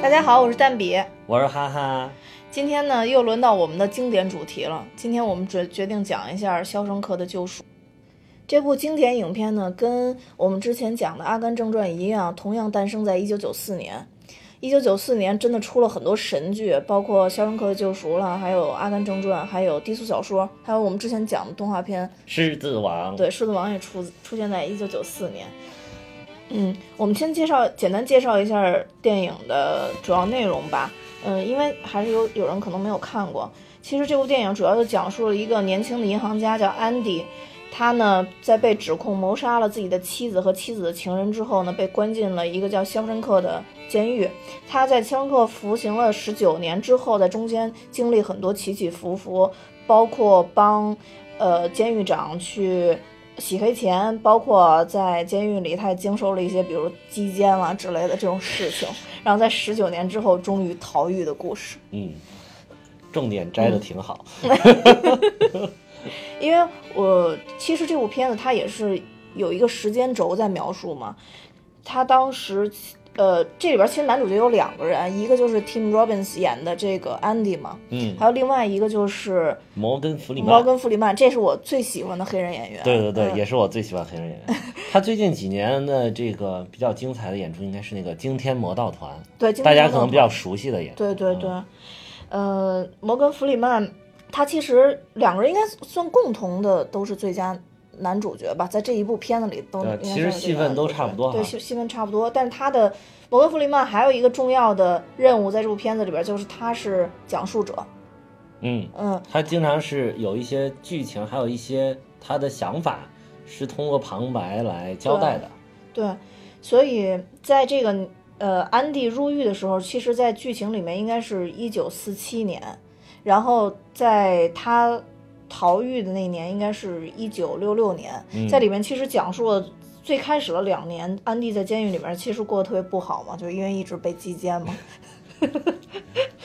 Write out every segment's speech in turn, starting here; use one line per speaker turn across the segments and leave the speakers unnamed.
大家好，我是蛋比。
我是哈哈，
今天呢，又轮到我们的经典主题了。今天我们决决定讲一下《肖申克的救赎》这部经典影片呢，跟我们之前讲的《阿甘正传》一样，同样诞生在一九九四年。一九九四年真的出了很多神剧，包括《肖申克的救赎》啦，还有《阿甘正传》，还有低俗小说，还有我们之前讲的动画片
狮子王。
对，《狮子王》也出出现在一九九四年。嗯，我们先介绍简单介绍一下电影的主要内容吧。嗯，因为还是有有人可能没有看过。其实这部电影主要就讲述了一个年轻的银行家叫安迪，他呢在被指控谋杀了自己的妻子和妻子的情人之后呢，被关进了一个叫肖申克的监狱。他在肖申克服刑了十九年之后，在中间经历很多起起伏伏，包括帮呃监狱长去洗黑钱，包括在监狱里他也经受了一些比如鸡奸啦之类的这种事情，然后在十九年之后终于逃狱的故事。
嗯，重点摘的挺好。
因为我其实这部片子它也是有一个时间轴在描述嘛，他当时。呃，这里边其实男主角有两个人，一个就是 Tim Robbins 演的这个 Andy 嘛，
嗯，
还有另外一个就是
摩根弗里曼。
摩根·弗里曼，这是我最喜欢的黑人演员。
对对对，
嗯
也是我最喜欢黑人演 员。他最近几年的这个比较精彩的演出，应该是那个《惊天魔盗团》，
对，今天
大家
看
可
到
能比较熟悉的演出。
对对
嗯
对，呃，摩根·弗里曼，他其实两个人应该算共同的都是最佳男主角吧，在这一部片子里都
对
应该
其实
算是最
戏
佳
份
男
都
主
差
角
不多
对，
哈
戏戏份差不多。但是他的摩根·弗里曼还有一个重要的任务在这部片子里边，就是他是讲述者，
嗯，
嗯，
他经常是有一些剧情，还有一些他的想法是通过旁白来交代的。
对，所以在这个呃安迪入狱的时候，其实，在剧情里面应该是一九四七年，然后在他逃狱的那年应该是一九六六年，
嗯
在里面其实讲述了。最开始的两年，安迪在监狱里面其实过得特别不好嘛，就因为一直被击奸嘛。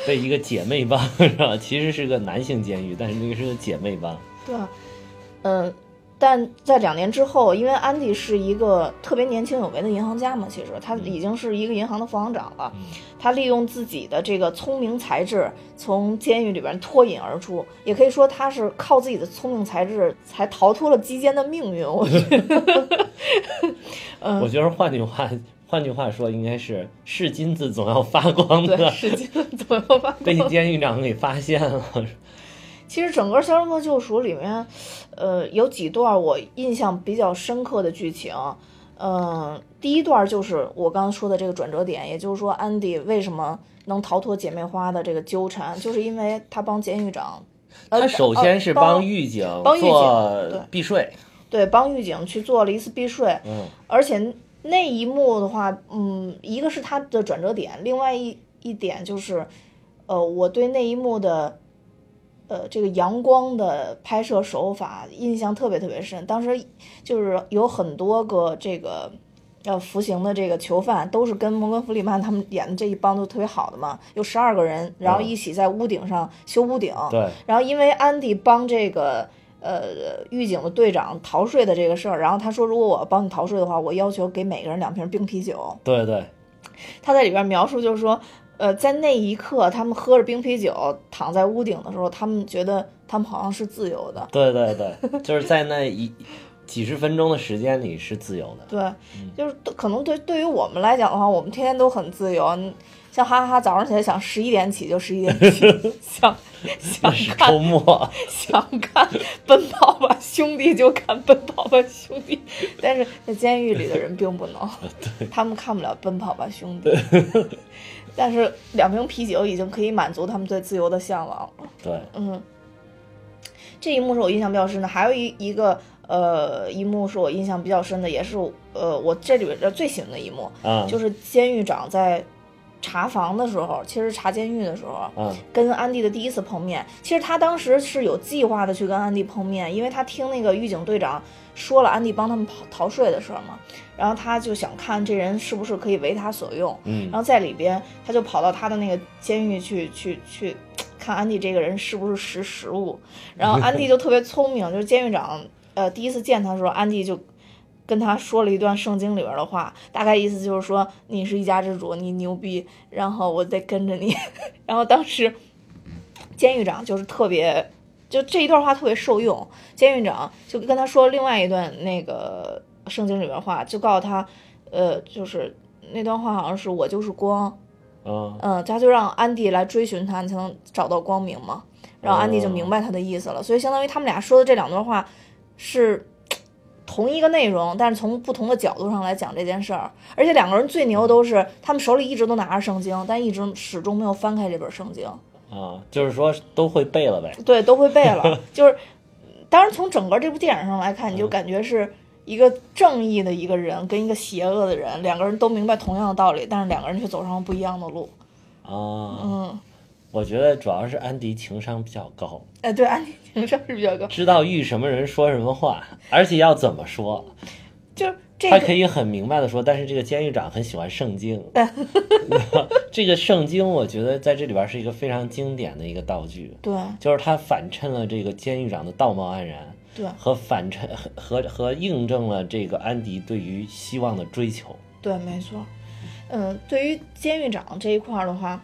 被一个姐妹帮，是吧？其实是个男性监狱，但是那个是个姐妹帮。
对啊，嗯，但在两年之后，因为安迪是一个特别年轻有为的银行家嘛，其实他已经是一个银行的副行长了。
嗯
他利用自己的这个聪明才智，从监狱里边脱颖而出，也可以说他是靠自己的聪明才智才逃脱了鸡奸的命运。我觉得，嗯
我觉得换句话，换句话说，应该是是金子总要发光
对，
的，
使劲地怎么办？
被监狱长给发 现了。
呃其实整个《肖申克救赎》里面，呃，有几段我印象比较深刻的剧情。嗯、第一段就是我刚刚说的这个转折点，也就是说，安迪为什么能逃脱姐妹花的这个纠缠，就是因为他帮监狱长，呃
他首先是
呃帮
帮狱警
帮狱警对
做避税，
对帮狱警去做了一次避税，
嗯，
而且那一幕的话，嗯，一个是他的转折点，另外一一点就是，呃，我对那一幕的，呃，这个阳光的拍摄手法印象特别特别深。当时就是有很多个这个。呃，服刑的这个囚犯都是跟摩根·弗里曼他们演的这一帮都特别好的嘛，有十二个人，然后一起在屋顶上修屋顶，
对，
然后因为安迪帮这个呃狱警的队长逃税的这个事儿，然后他说如果我帮你逃税的话，我要求给每个人两瓶冰啤酒。
对对，
他在里边描述就是说，呃，在那一刻他们喝着冰啤酒躺在屋顶的时候，他们觉得他们好像是自由的。
对对对，就是在那一几十分钟的时间里是自由的。
对，就是都可能对对于我们来讲的话，我们天天都很自由。你像哈哈哈早上起来想十一点起就十一点起，想想
那 是
看
周末，
想看《奔跑吧兄弟》就看《奔跑吧兄弟》，但是在监狱里的人并不能，他们看不了《奔跑吧兄弟》，但是两瓶啤酒已经可以满足他们对自由的向往了。
对，
嗯，这一幕是我印象比较深的，还有一一个呃一幕是我印象比较深的，也是呃我这里边最喜欢的一幕，
啊，
就是是监狱长在查房的时候，其实查监狱的时候，
啊，
跟安迪的第一次碰面。其实他当时是有计划的去跟安迪碰面，因为他听那个狱警队长说了安迪帮他们逃逃税的事儿嘛，然后他就想看这人是不是可以为他所用。
嗯
然，后在里边，他就跑到他的那个监狱去去去看安迪这个人是不是识时务。然后安迪就特别聪明，就是监狱长呃第一次见他的时候，安迪就跟他说了一段圣经里边的话，大概意思就是说你是一家之主，你牛逼，然后我得跟着你。 然后当时监狱长就是特别，就这一段话特别受用。监狱长就跟他说另外一段那个圣经里边的话，就告诉他，呃，就是那段话好像是我就是光，
啊，
嗯，他就让安迪来追寻他，你才能找到光明嘛。然后安迪就明白他的意思了，所以相当于他们俩说的这两段话是同一个内容，但是从不同的角度上来讲这件事儿。而且两个人最牛都是他们手里一直都拿着圣经，但一直始终没有翻开这本圣经。
啊，就是说都会背了呗。
对，都会背 了。就是，当然从整个这部电影上来看，你就
嗯
感觉是一个正义的一个人跟一个邪恶的人，两个人都明白同样的道理，但是两个人却走上了不一样的路。
啊，
嗯，
我觉得主要是安迪情商比较高，
哎，对，安迪情商是比较高，
知道遇什么人说什么话，而且要怎么说，
就是这
他
个
可以很明白的说。但是这个监狱长很喜欢圣 经，这个圣经我觉得在这里边是一个非常经典的一个道具，
对
就是它反衬了这个监狱长的道貌岸然。
对
和反衬和和和印证了这个安迪对于希望的追求。
对，没错。嗯，对于监狱长这一块儿的话，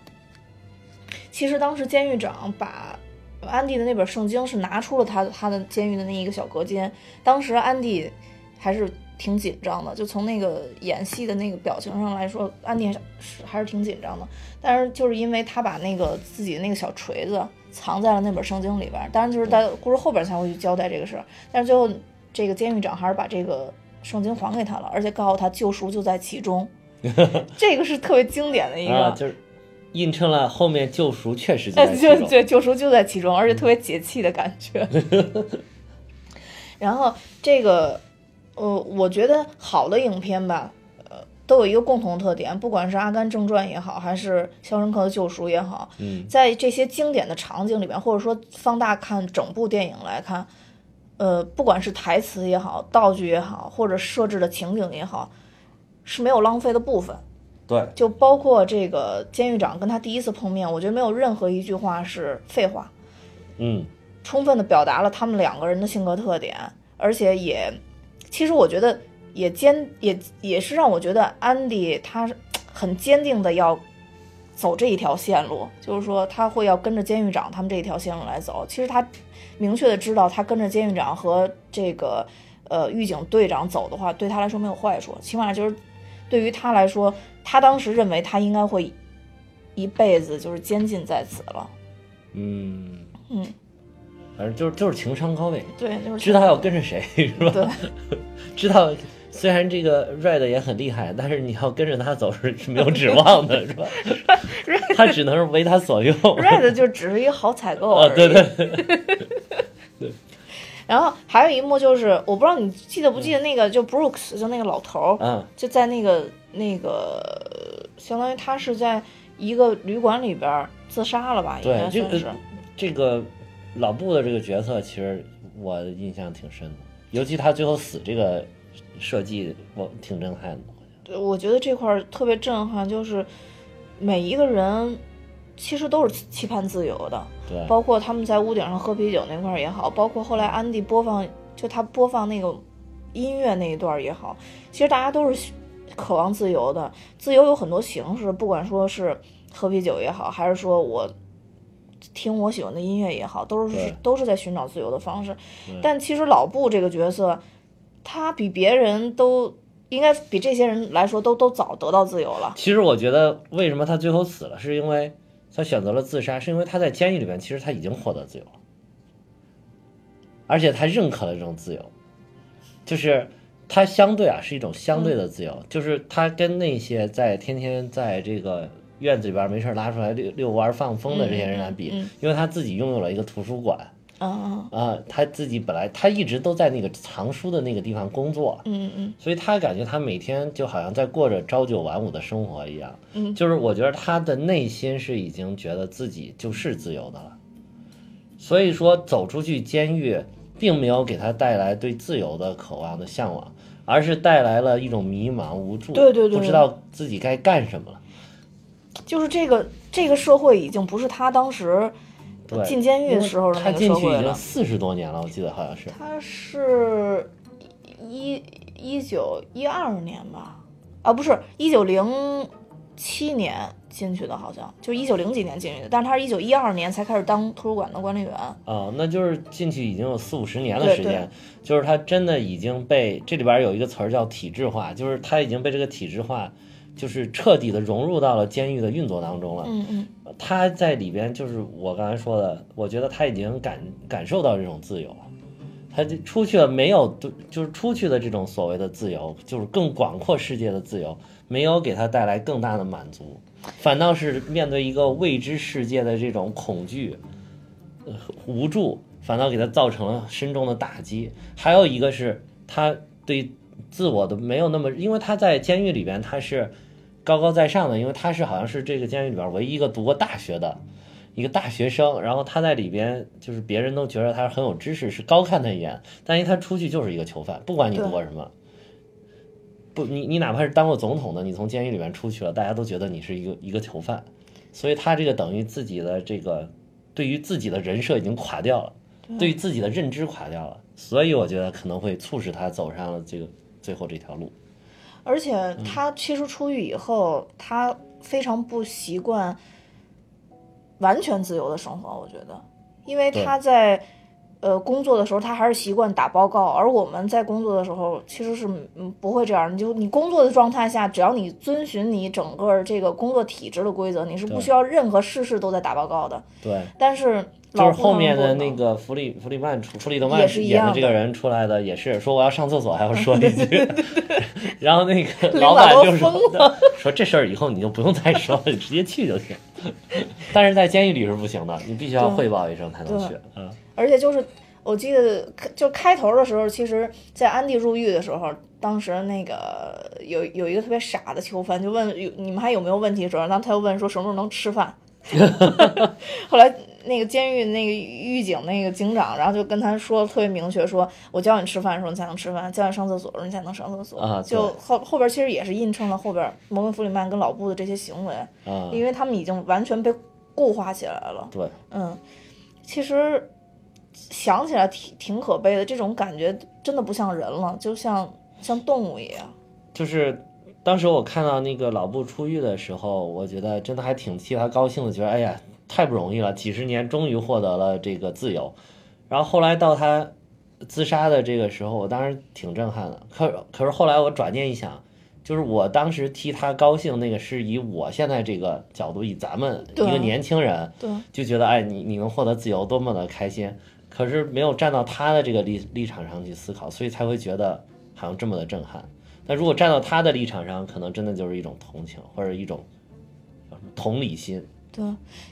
其实当时监狱长把安迪的那本圣经是拿出了他他的监狱的那一个小隔间，当时安迪还是挺紧张的，就从那个演戏的那个表情上来说，安迪还是还是挺紧张的。但是就是因为他把那个自己的那个小锤子藏在了那本圣经里边儿，当然就是在故事后边儿才会去交代这个事儿。但是最后这个监狱长还是把这个圣经还给他了，而且告诉他救赎就在其中。这个是特别经典的一个，
啊，就是印证了后面救赎确 实就
哎，
在其
就
中。
对，救赎就在其中，而且特别解气的感 觉。 然后这个，呃，我觉得好的影片吧，呃，都有一个共同特点，不管是《阿甘正传》也好，还是《肖申克的救赎》也好，
嗯，
在这些经典的场景里面，或者说放大看整部电影来看，呃，不管是台词也好，道具也好，或者设置的情景也好，是没有浪费的部分。
对，
就包括这个监狱长跟他第一次碰面，我觉得没有任何一句话是废话，
嗯，
充分的表达了他们两个人的性格特点，而且也，其实我觉得也坚也也是让我觉得安迪他是很坚定的要走这一条线路，就是说他会要跟着监狱长他们这一条线路来走。其实他明确的知道，他跟着监狱长和这个呃狱警队长走的话，对他来说没有坏处，起码就是对于他来说，他当时认为他应该会一辈子就是监禁在此了。
嗯，
嗯，
反正就是就是情商高呗，
对，就是
知道要跟着谁 是吧？
对。
知道虽然这个 Red 也很厉害，但是你要跟着他走是是没有指望的，是吧？他只能是为他所用。
Red 就只是一个好采购而
啊，
已。
对对，对
然后还有一幕就是，我不知道你记得不记得那个，就 Brooks 就那个老头儿，
嗯
就在那个那个，相当于他是在一个旅馆里边儿自杀了吧？应
对呃
该
这
算
个
是。
这个老布的这个角色，其实我印象挺深的，尤其他最后死这个设计，我挺震撼的。
对我觉得这块儿特别震撼，就是每一个人其实都是期盼自由的，
对，
包括他们在屋顶上喝啤酒那块儿也好，包括后来安迪播放，就他播放那个音乐那一段儿也好，其实大家都是渴望自由的。自由有很多形式，不管说是喝啤酒也好，还是说我听我喜欢的音乐也好，都是
对
都是在寻找自由的方式
对。
但其实老布这个角色，他比别人都应该比这些人来说都都早得到自由了。
其实我觉得，为什么他最后死了，是因为他选择了自杀，是因为他在监狱里面，其实他已经获得自由了，而且他认可了这种自由，就是他相对啊是一种相对的自由，
嗯
就是他跟那些在天天在这个院子里边没事儿拉出来遛遛弯儿放风的这些人来比，
嗯嗯嗯
因为他自己拥有了一个图书馆
嗯
啊、他自己本来他一直都在那个藏书的那个地方工作，
嗯嗯
所以他感觉他每天就好像在过着朝九晚五的生活一样，
嗯
就是我觉得他的内心是已经觉得自己就是自由的了，所以说走出去监狱，并没有给他带来对自由的渴望的向往，而是带来了一种迷茫无助，
对对对
不知道自己该干什么了。
嗯，就是这个这个社会已经不是他当时。
对，
进监狱的时候的那
他
个
进
社
去
会
已经
了。
四十多年了，我记得好像是
他是一一一九一二年吧，啊，不是一九零七年进去的，好像就是一九零几年进去的，但是他是一九一二年才开始当图书馆的管理员。
啊、那就是进去已经有四五十年的
对
时
对
间，就是它真的已经被这里边有一个词儿叫体制化，就是它已经被这个体制化，就是彻底的融入到了监狱的运作当中了。
嗯嗯，
他在里边就是我刚才说的，我觉得他已经感感受到这种自由了。他就出去了没有？就就是出去的这种所谓的自由，就是更广阔世界的自由，没有给他带来更大的满足，反倒是面对一个未知世界的这种恐惧、呃无助，反倒给他造成了深重的打击。还有一个是他对自我的没有那么，因为他在监狱里边他是高高在上的，因为他是好像是这个监狱里边唯一一个读过大学的一个大学生，然后他在里边就是别人都觉得他很有知识，是高看他一眼，但是他出去就是一个囚犯，不管你读过什么。不，你你哪怕是当过总统的，你从监狱里面出去了，大家都觉得你是一个一个囚犯，所以他这个等于自己的这个对于自己的人设已经垮掉了，对于自己的认知垮掉了，所以我觉得可能会促使他走上了这个最后这条路。
而且
嗯
他其实出狱以后，他非常不习惯完全自由的生活，我觉得，因为他在呃工作的时候，他还是习惯打报告，而我们在工作的时候其实是嗯不会这样，你就你工作的状态下，只要你遵循你整个这个工作体制的规则，你是不
对
需要任何事事都在打报告的。
对，
但是
就
老
是
布
后面
他们
的
不
那
能
个弗里弗里曼出弗里德曼
也是一
演
样
的
的
这个人出来的也是说我要上厕所还要说一句，然后那个
领
老
导
板
都
就说
疯了
说这事儿以后你就不用再说了，你直接去就行。但是在监狱里是不行的，你必须要
对
汇报一声才能
对
去。嗯，
而且就是我记得开就开头的时候，其实，在安迪入狱的时候，当时那个有有一个特别傻的囚犯就问有你们还有没有问题的时候，然后他又问说什么时候能吃 饭。后来那个监狱那个狱警那个警长，然后就跟他说特别明确说，我叫你吃饭的时候你才能吃饭，叫你上厕所的时候你才能上厕所。
啊对
就后后边其实也是映衬了后边摩根弗里曼跟老布的这些行为，
啊、
因为他们已经完全被固化起来了。
对，
嗯，其实想起来挺挺可悲的，这种感觉真的不像人了，就像像动物一样。
就是当时我看到那个老布出狱的时候，我觉得真的还挺替他高兴的，觉得哎呀太不容易了，几十年终于获得了这个自由。然后后来到他自杀的这个时候，我当时挺震撼的。可可是后来我转念一想，就是我当时替他高兴那个是以我现在这个角度，以咱们一
对啊
个年轻人
对，
就觉得哎你你能获得自由多么的开心。可是没有站到他的这个立立场上去思考，所以才会觉得好像这么的震撼。但如果站到他的立场上，可能真的就是一种同情或者一种叫什么同理心。
对，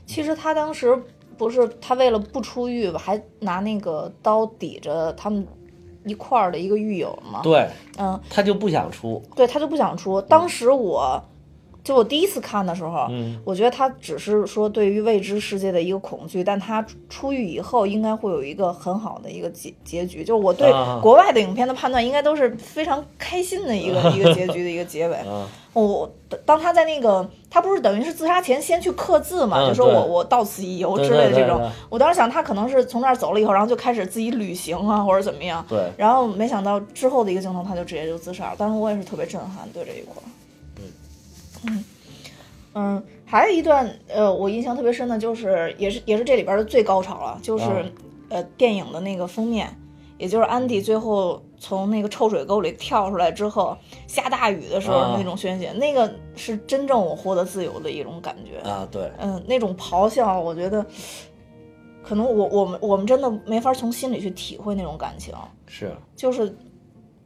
其实他当时不是他为了不出狱吧，还拿那个刀抵着他们一块儿的一个狱友嘛。
对，
嗯，
他就不想出，
对，他就不想出。当时我就我第一次看的时候，
嗯
我觉得他只是说对于未知世界的一个恐惧，但他出狱以后应该会有一个很好的一个结结局。就是我对
啊
国外的影片的判断，应该都是非常开心的一 个、一个结局的一个结尾。
啊
我当他在那个他不是等于是自杀前先去刻字嘛，
嗯
就说我
对
我到此一游
对
之类的
对
这种。
对对
我当时想他可能是从那儿走了以后，然后就开始自己旅行啊或者怎么样。
对
然后没想到之后的一个镜头，他就直接就自杀了。当时我也是特别震撼，对这一块儿。嗯嗯，还有一段呃，我印象特别深的就是，也是也是这里边的最高潮了，就是、
嗯
呃电影的那个封面，也就是安迪最后从那个臭水沟里跳出来之后，下大雨的时候
啊
那种宣泄，那个是真正我获得自由的一种感觉。
啊，对，
嗯，那种咆哮，我觉得可能我我们我们真的没法从心里去体会那种感情。
是
就是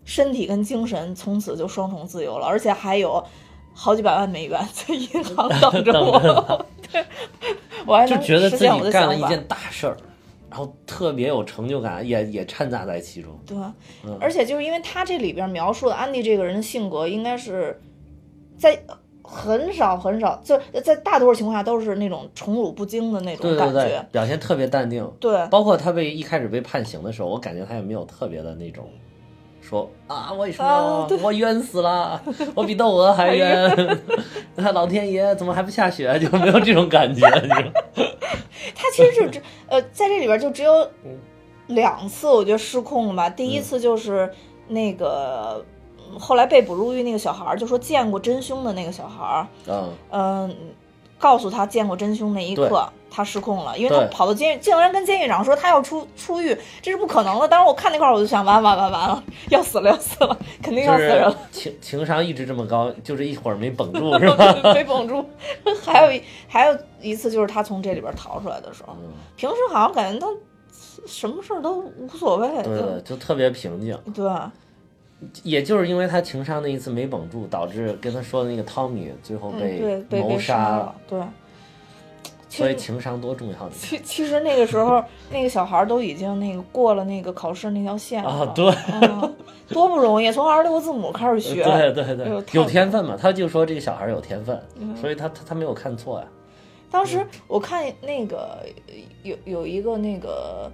身体跟精神从此就双重自由了，而且还有好几百万美元在银 行等着
等着
我。对，我还
就
能
觉得
实
自
现我的
己干了
想
一
法。
件大事儿，然后特别有成就感，也也掺杂在其中。
对，
嗯
而且就是因为他这里边描述的安迪这个人的性格，应该是在很少很少，就是在大多数情况下都是那种宠辱不惊的那种
对
感
对
觉。
对，表现特别淡定。
对
包括他被一开始被判刑的时候，我感觉他也没有特别的那种。说啊！为什么、
啊对
我冤死了？我比窦娥 还冤！老天爷怎么还不下雪？就没有这种感觉。你 知道吗
他其实就 只呃，在这里边就只有
嗯
两次，我觉得失控了吧。第一次就是那个嗯后来被捕入狱那个小孩儿，就说见过真凶的那个小孩儿，
嗯，
嗯、告诉他见过真凶那一
对
刻，他失控了，因为他
对
跑到监狱，竟然跟监狱长说他要出出狱，这是不可能的。当时我看那块儿，我就想完完完完了，要死了要死了，肯定要
就
死人
是
了，
情情商一直这么高，就是一会儿没绷 住是吧？
被绑住。 还有一还有一次就是他从这里边逃出来的时候，
嗯，
平时好像感觉他什么事儿都无所谓，
对对，就特别平静。
就对
也就是因为他情商那一次没绷住，导致跟他说的那个汤米最后
嗯对被
谋
被
杀
了，，对。其
所以
实
情商多重要！你看
其其实那个时候，那个小孩儿都已经那个过了那个考试那条线了
啊，对呃
啊多不容易，从二十六个字母开始学。
对对
哎呦
对，
太
有天分嘛，他就说这个小孩有天分，
嗯
所以他他他没有看错呀。
当时
嗯
我看那个有有一个那个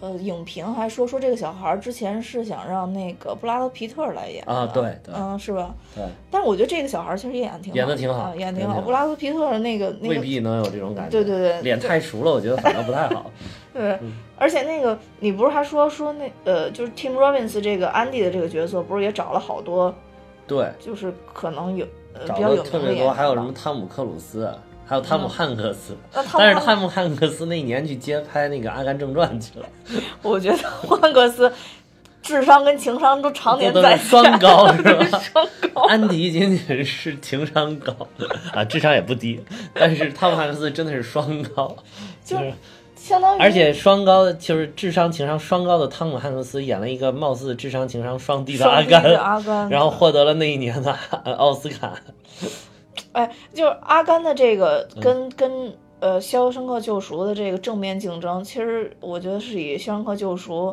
呃影评还说说这个小孩儿之前是想让那个布拉德皮特来演的
啊对对
嗯是吧？
对，
但是我觉得这个小孩儿其实演得挺好
演得挺好
啊演得挺
演得
好。
挺好
布拉德皮特的那个那
未
个
必能有这种感觉。
对对对嗯
脸太熟了，我觉得反倒不太好。
对，
嗯
而且那个你不是还说说那呃就是 Tim Robbins 这个安迪的这个角色不是也找了好多
对，
就是可能有呃
找
比较有
了
名
特
的
别
演员
多，还有什
吧
么汤姆克鲁斯，还有汤姆汉克斯。
那汤姆
但是
汉克
汤姆汉克斯那一年去接拍那个《阿甘正传》去了，
我觉得万格斯智商跟情商都常
这
年
都
在
是
线
双 高是吧？
双高。
安迪仅仅是情商高 啊，智商也不低，但是汤姆汉克斯真的是双高，就是
相当于
而且双高的就是智商情商双高的汤姆汉克斯演了一个貌似智商情商双低的阿
双低的
甘，
阿甘，
然后获得了那一年的呃奥斯卡。
哎，就是阿甘的这个
嗯
跟、跟呃《肖申克救赎》的这个正面竞争，其实我觉得是以《肖申克救赎》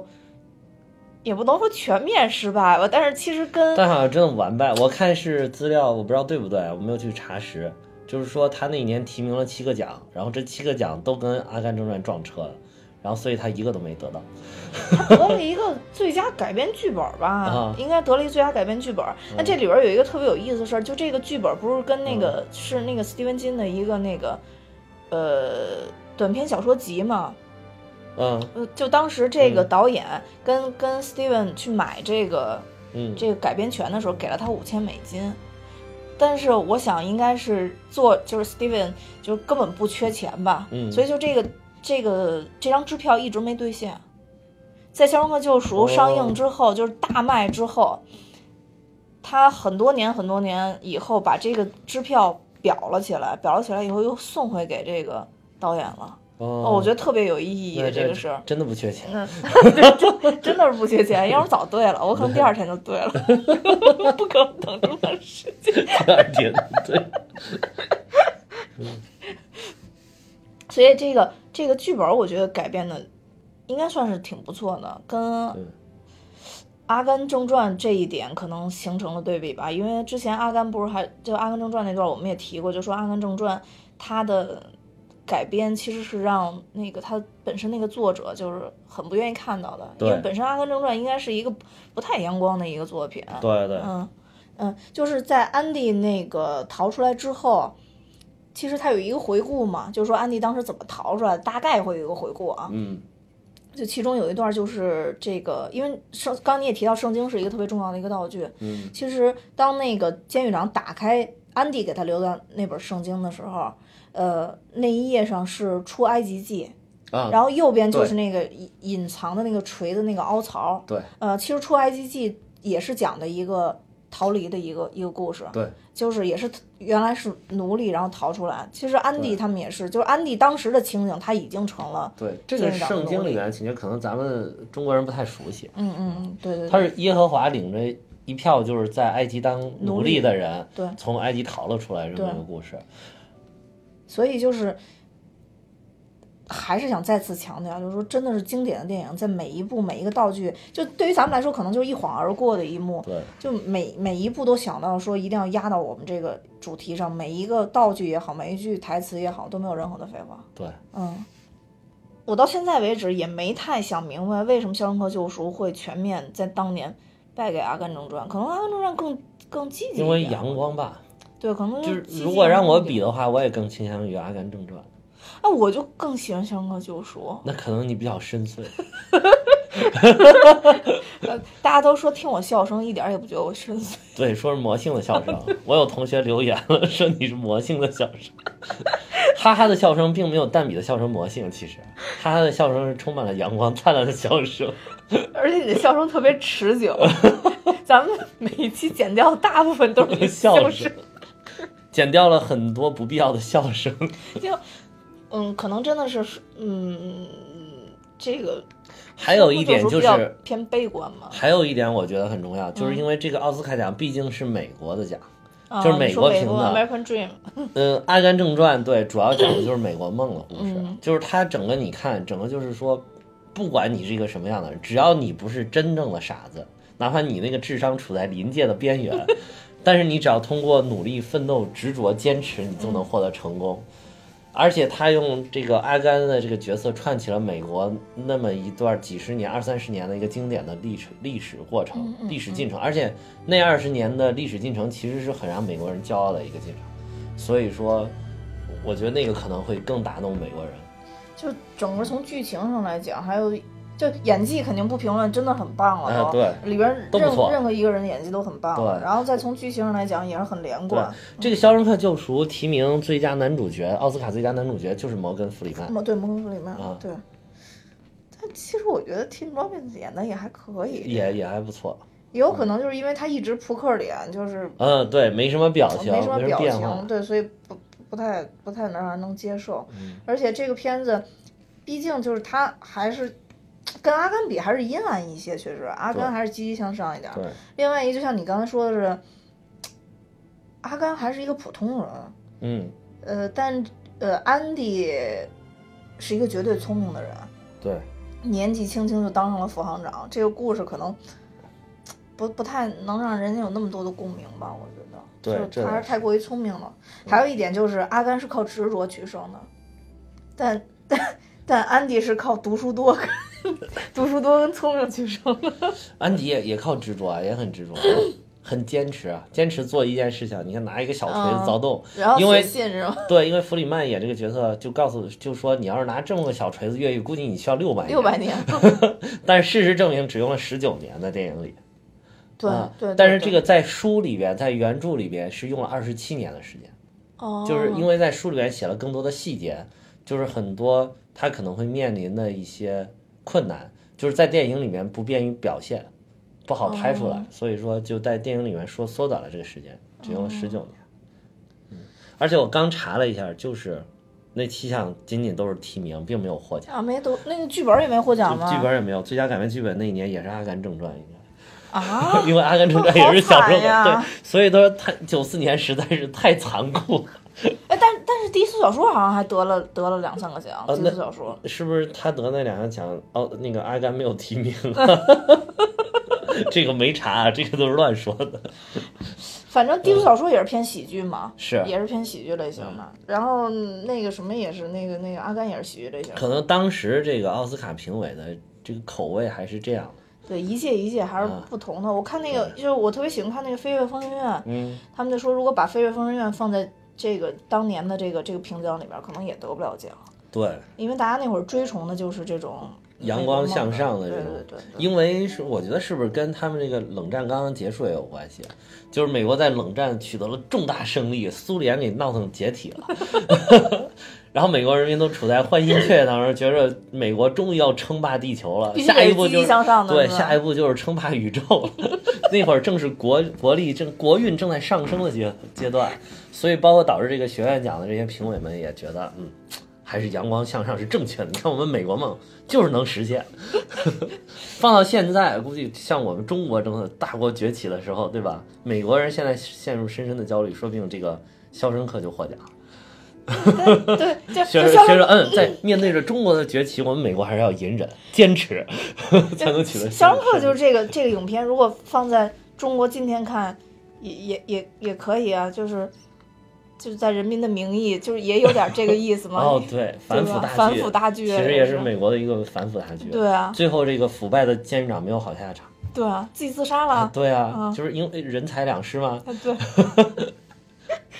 也不能说全面失败吧，但是其实跟
但好像真的完败。我看是资料，我不知道对不对，我没有去查实。就是说他那一年提名了七个奖，然后这七个奖都跟《阿甘正传》撞车了，然后所以他一个都没得到。
他得了一个最佳改编剧本吧，
啊
应该得了一个最佳改编剧本。那、这里边有一个特别有意思的事儿，就这个剧本不是跟那个、是那个斯蒂文金的一个那个呃短篇小说集嘛？
嗯
呃，就当时这个导演跟、跟 Steven 去买这个
嗯，
这个改编权的时候，给了他五千美金。但是我想应该是做就是 Steven 就根本不缺钱吧，
嗯
所以就这个这个这张支票一直没兑现。在《肖申克救赎
哦》
上映之后，就是大卖之后，他很多年很多年以后把这个支票裱了起来，裱了起来以后又送回给这个导演了。
哦
哦，我觉得特别有意义
那
这个事儿。
真的不缺钱。
嗯，真 真的是不缺钱，要是早对了，我可能第二天就对了， 不可能等这么长时间。
第二天，对，
所以这个这个剧本，我觉得改编的应该算是挺不错的，跟《
嗯
阿甘正传》这一点可能形成了对比吧。因为之前阿甘不是还就《阿甘正传》那段，我们也提过，就说《阿甘正传》它的改编其实是让那个他本身那个作者就是很不愿意看到的，因
对
为本身《阿甘正传》应该是一个不不太阳光的一个作品。
对对，
嗯，嗯，就是在安迪那个逃出来之后，其实他有一个回顾嘛，就是说安迪当时怎么逃出来，大概会有一个回顾啊。
嗯，
就其中有一段就是这个，因为圣，刚刚你也提到圣经是一个特别重要的一个道具。
嗯，
其实当那个监狱长打开安迪给他留的那本圣经的时候，呃，那一页上是出埃及记，
啊，
然后右边就
对
是那个隐隐藏的那个锤的那个凹槽。
对
呃，其实出埃及记也是讲的一个逃离的一个一个故事，
对，
就是也是原来是奴隶，然后逃出来。其实安迪他们也是，就是安迪当时的情景，他已经成了，
对，这个
见着
圣经
奴
里
隶
面情节可能咱们中国人不太熟悉，
嗯嗯嗯，对对
他
对，
是耶和华领着一票就是在埃及当奴
隶
隶的人，
对
从埃及逃了出来这么一个故事。
所以就是。还是想再次强调，就是说，真的是经典的电影，在每一部每一个道具，就对于咱们来说，可能就是一晃而过的一幕，
对，
就每每一步都想到说一定要压到我们这个主题上，每一个道具也好，每一句台词也好，都没有任何的废话。
对，
嗯，我到现在为止也没太想明白为什么《肖申克救赎》会全面在当年败给《阿甘正传》，可能《阿甘正传更》更积极一点，
因为阳光吧，
对，可能
就是
积极
如果让我
一
比
点，
的话，我也更倾向于《阿甘正传》。
哎，我就更喜欢《肖申克救赎
那可能你比较深邃，
呃，大家都说听我笑声一点儿也不觉得我深邃。
对，说是魔性的笑声。 我有同学留言了，说你是魔性的笑声， 哈哈的笑声并没有蛋比的笑声魔性，其实哈哈的笑声是充满了阳光灿烂的笑声。
而且你的笑声特别持久， 咱们每一期剪掉的大部分都是
笑声
声，，
减掉了很多不必要的笑声。
就嗯，可能真的是嗯，这个
还有一点
社会
就
比较
是，
偏悲观嘛，
还有一点我觉得很重要，就是因为这个奥斯卡奖毕竟是美国的奖。
啊
就是美
你说
国
美
评
国
的
American Dream，
嗯，《阿甘正传》对，主要讲的就是美国梦的故事，
嗯
就是它整个你看，整个就是说，不管你是一个什么样的人，只要你不是真正的傻子，哪怕你那个智商处在临界的边缘， 但是你只要通过努力、奋斗、执着、坚持，你就能获得成功。而且他用这个阿甘的这个角色串起了美国那么一段几十年、二三十年的一个经典的历史历史过程、历史进程，而且那二十年的历史进程其实是很让美国人骄傲的一个进程。所以说，我觉得那个可能会更打动美国人。
就整个从剧情上来讲，还有就演技肯定不评论，真的很棒了都。
哎对
里边
都不
任
错
任何一个人演技都很棒。
对
然后再从剧情上来讲也是很连贯。
这个《肖申克救赎》提名最佳男主角，奥斯卡最佳男主角就是摩根·弗里曼。
摩哦对摩根弗里曼
啊
对。但其实我觉得 Tim Robbins 演的也还可以，
也也还不错，
也有可能就是因为他一直扑克脸，就是
嗯，对，没什么表情，没
什么
么
表
变化
情，，对，所以不不不太不太能让人能接受。
嗯
而且这个片子，毕竟就是他还是跟阿甘比还是阴暗一些，确实阿甘还是积极向上一点儿。
对，
另外一个，就像你刚才说的是，阿甘还是一个普通人，
嗯，
呃，但呃，安迪是一个绝对聪明的人，
对，
年纪轻轻就当上了副行长。这个故事可能不不太能让人家有那么多的共鸣吧，我觉得。
对
就是
这
他还
倒
是
是嗯
太过于聪明了。还有一点就是，阿甘是靠执着取胜的，但但但安迪是靠读书多跟，读书多跟聪明取胜的。
安迪也也靠执着啊，也很执着啊，很坚持啊，坚持做一件事情。你看，拿一个小锤
嗯
子凿洞，
然后
因为
写信是吗？
对，因为弗里曼演这个角色就告诉，就说你要是拿这么个小锤子越狱，估计你需要六百
六百 年，
但是事实证明，只用了十九年在电影里。
对
啊
对对。
但是这
对
个在书里边，在原著里边是用了二十七年的时间，
哦，
就是因为在书里边写了更多的细节，就是很多他可能会面临的一些困难，就是在电影里面不便于表现，不好拍出来，
哦
所以说就在电影里面说缩短了这个时间，只用了
哦
十九年。嗯，而且我刚查了一下，就是那七项仅仅都是提名，并没有获奖。
啊没都那个剧本也没获奖
就
吗？
剧本也没有，最佳改编剧本那一年也是《阿甘正传》，应该。
啊，
因为《阿甘正传》也是小时候
好惨
的，
呀
对，所以他说他九四年实在是太残酷，
哎，但但是低俗小说好像还得了得了两三个奖，低
呃那
俗小说。
是不是？他得那两个奖，哦，那个阿甘没有提名， 这个没查啊，这个都是乱说的。
反正低俗小说也是偏喜剧嘛，
是
也是偏喜剧类型嘛。然后嗯那个什么也是，那个那个阿甘也是喜剧类型。
可能当时这个奥斯卡评委的这个口味还是这样的，
对，一届一届还是不同的。我看那个，就是我特别喜欢看那个《飞跃疯人院》，
嗯，
他们就说如果把《飞跃疯人院》放在这个当年的这个这个评奖里边，可能也得不了奖，
对，
因为大家那会儿追崇的就是这种
阳光向上的
美
这
国
种
梦对对对对
因为是我觉得是不是跟他们这个冷战刚刚结束也有关系？就是美国在冷战取得了重大胜利，苏联给闹腾解体了， 然后美国人民都处在欢欣雀跃当中，觉着美国终于要称霸地球了，
必须
下
得
一步
积
就
极
是
向上的
对，
是吧
下一步就是称霸宇宙了。 那会儿正是国国力正国运正在上升的阶阶段，所以包括导致这个学院奖的这些评委们也觉得，嗯。还是阳光向上是正确的。你看，我们美国梦就是能实现。 放到现在，估计像我们中国这么大国崛起的时候，对吧？美国人现在陷入深深的焦虑，说不定这个《肖申克》就获奖了。
对，就就
学生
像
学生，嗯，在面对着中国的崛起，我们美国还是要隐忍、坚持， 才 能取得。
肖申克就是这个这个影片，如果放在中国今天看，也也也也可以啊，就是就是在《人民的名义》，就是也有点这个意思嘛。
哦，对，反腐
吧
大剧，
反腐大剧
其实也
是
是
吧
美国的一个反腐大剧。
对啊
最后这个腐败的监狱长没有好下场。
对啊，自己自杀了，
对啊
啊，
就是因为人财两失嘛。
啊对，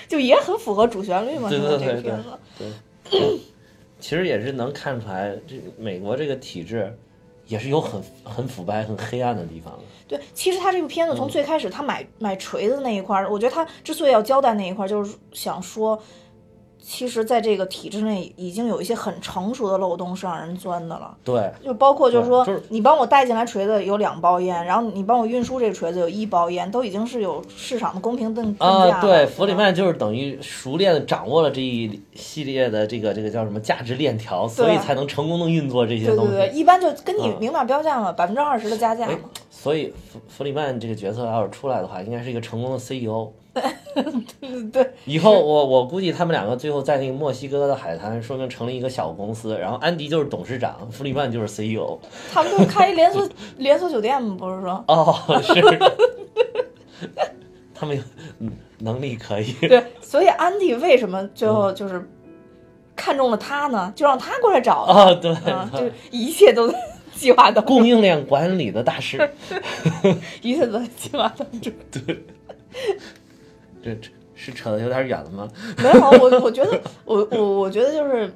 就也很符合主旋律嘛。
对
现在
对
这个
对
片
对
子，
其实也是能看出来，这美国这个体制，也是有很很腐败、很黑暗的地方的。
对，其实他这个片
嗯
子从最开始他买、买锤子那一块儿，我觉得他之所以要交代那一块儿，就是想说，其实在这个体制内已经有一些很成熟的漏洞是让人钻的了。
对，
就包括就是说，
对就是
你帮我带进来锤子有两包烟，然后你帮我运输这个锤子有一包烟，都已经是有市场的公平定定价了
啊，对，
吧
弗里曼就是等于熟练的掌握了这一系列的这个这个叫什么价值链条，所以才能成功的运作这些
对
东
对
西。
对，一般就跟你
嗯
明码标价嘛，百分之二十的加价
哎
嘛。
所以弗弗里曼这个角色要是出来的话，应该是一个成功的 CEO。
嗯， 对，
以后我我估计他们两个最后在那个墨西哥的海滩，说不定成立一个小公司，然后安迪就是董事长，弗里曼就是 E CEO。
他们就是开一连 锁连锁酒店嘛，不是说？
哦，是， 他们有嗯能力可以。
对，所以安迪为什么最
嗯
后就是看中了他呢？就让他过来找他
啊、对，
啊，就是一切都在 计划当中，
供应链管理的大师，
一切都在计划当中。
这这是扯的有点远了吗？
没有，我我觉得，我我我觉得就是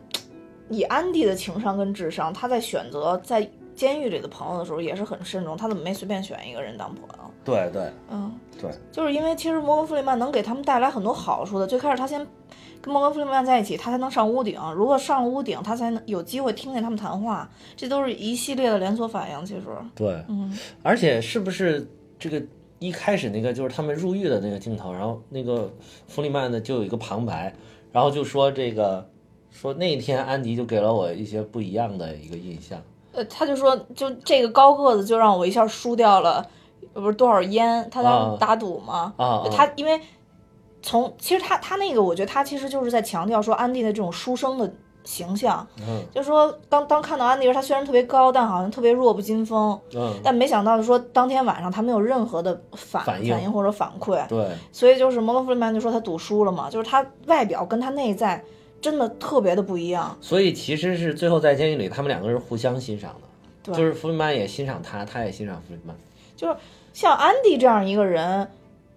以安迪的情商跟智商，他在选择在监狱里的朋友的时候也是很慎重，他怎么没随便选一个人当朋友？
对对
嗯，
对，
就是因为其实摩根·弗里曼能给他们带来很多好处的。最开始他先跟摩根·弗里曼在一起，他才能上屋顶。如果上了屋顶，他才能有机会听见他们谈话。这都是一系列的连锁反应。其实，
对，
嗯，
而且是不是这个一开始那个就是他们入狱的那个镜头，然后那个弗里曼呢就有一个旁白，然后就说这个说那天安迪就给了我一些不一样的一个印象。
呃，他就说，就这个高个子就让我一下输掉了，呃不是多少烟？他
啊
在打赌嘛。
啊啊
他因为从其实他他那个，我觉得他其实就是在强调说安迪的这种书生的形象，
嗯
就说当当看到安迪时，他虽然特别高，但好像特别弱不禁风。
嗯，
但没想到说当天晚上他没有任何的反
反应
应或者反馈，
对
所以就是摩根弗里曼就说他赌输了嘛，就是他外表跟他内在真的特别的不一样。
所以其实是最后在监狱里，他们两个是互相欣赏的，
对
就是弗里曼也欣赏他，他也欣赏弗里曼。
就是像安迪这样一个人，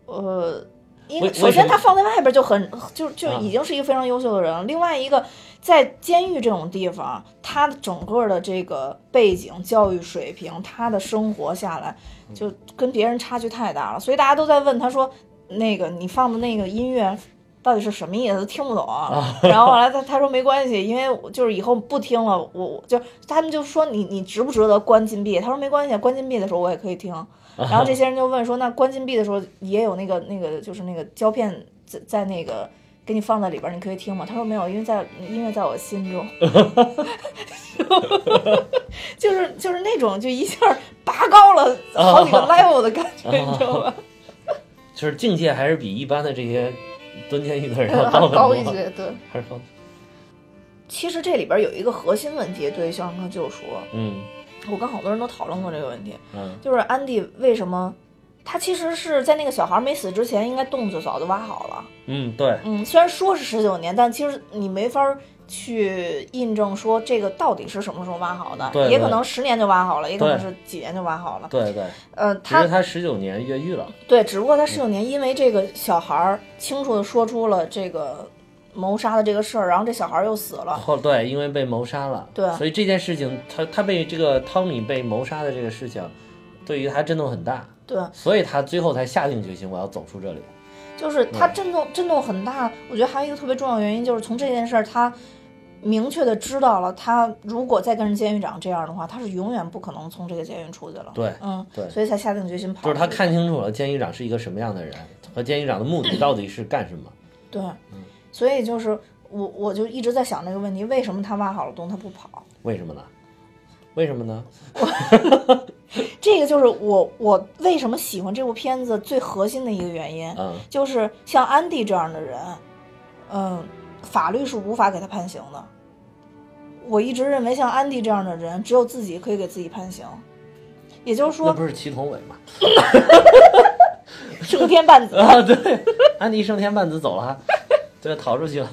呃，因
为
首
为什
先
么
他放在外边就很就就
啊
已经是一个非常优秀的人了。另外一个，在监狱这种地方，他整个的这个背景、教育水平、他的生活下来，
嗯
就跟别人差距太大了。所以大家都在问他说，那个你放的那个音乐。到底是什么意思？都听不懂。
啊
然后后来他他说没关系，因为我就是以后不听了。我我就他们就说你你值不值得关禁闭？他说没关系，关禁闭的时候我也可以
啊
听。然后这些人就问说，那关禁闭的时候也有那个那个就是那个胶片在在那个给你放在里边儿，你可以听吗？他说没有，因为在音乐在我心 中，就是就是那种就一下儿拔高了好几个
啊
level 的感觉，你知道 吧？
就是境界还是比一般的这些蹲监狱的人要
还
高
高一
很多，
些，对。
还是高。
其实这里边儿有一个核心问题，对于《肖申克救赎》，
嗯
我跟好多人都讨论过这个问题，
嗯
就是安迪为什么他其实是在那个小孩儿没死之前，应该洞就早就挖好了。
嗯，对，
嗯，虽然说是十九年，但其实你没法儿去印证说这个到底是什么时候挖好的，
对
也
对
可能十年就挖好了，也可能
对
是几年就挖好了。
对对，
呃，
只是
他
他十九年越狱了。
对，只不过他十九年，因为这个小孩儿清楚的说出了这个谋杀的这个事儿，然后这小孩儿又死了。
后哦对，因为被谋杀了，
对
所以这件事情，他他被这个汤米被谋杀的这个事情，对于他震动很大，
对，
所以他最后才下定决心，我要走出这里。
就是他
嗯
震动震动很大。我觉得还有一个特别重要的原因，就是从这件事儿他。明确的知道了，他如果再跟着监狱长这样的话，他是永远不可能从这个监狱出去了。
对
嗯，
对
所以才下定决心跑出
就
去。
是他看清楚了监狱长是一个什么样的人，和监狱长的目的到底是干什么。
对，所以就是我我就一直在想这个问题，为什么他挖好了洞他不跑？
为什么呢？为什么呢？
这个就是我我为什么喜欢这部片子最核心的一个原因，
嗯，
就是像安迪这样的人，嗯，法律是无法给他判刑的。我一直认为像安迪这样的人，只有自己可以给自己判刑。也就是
那
说，
不是祁同伟吗？
是个天半子。
啊，对，安迪升天半子走了，对，逃出去了。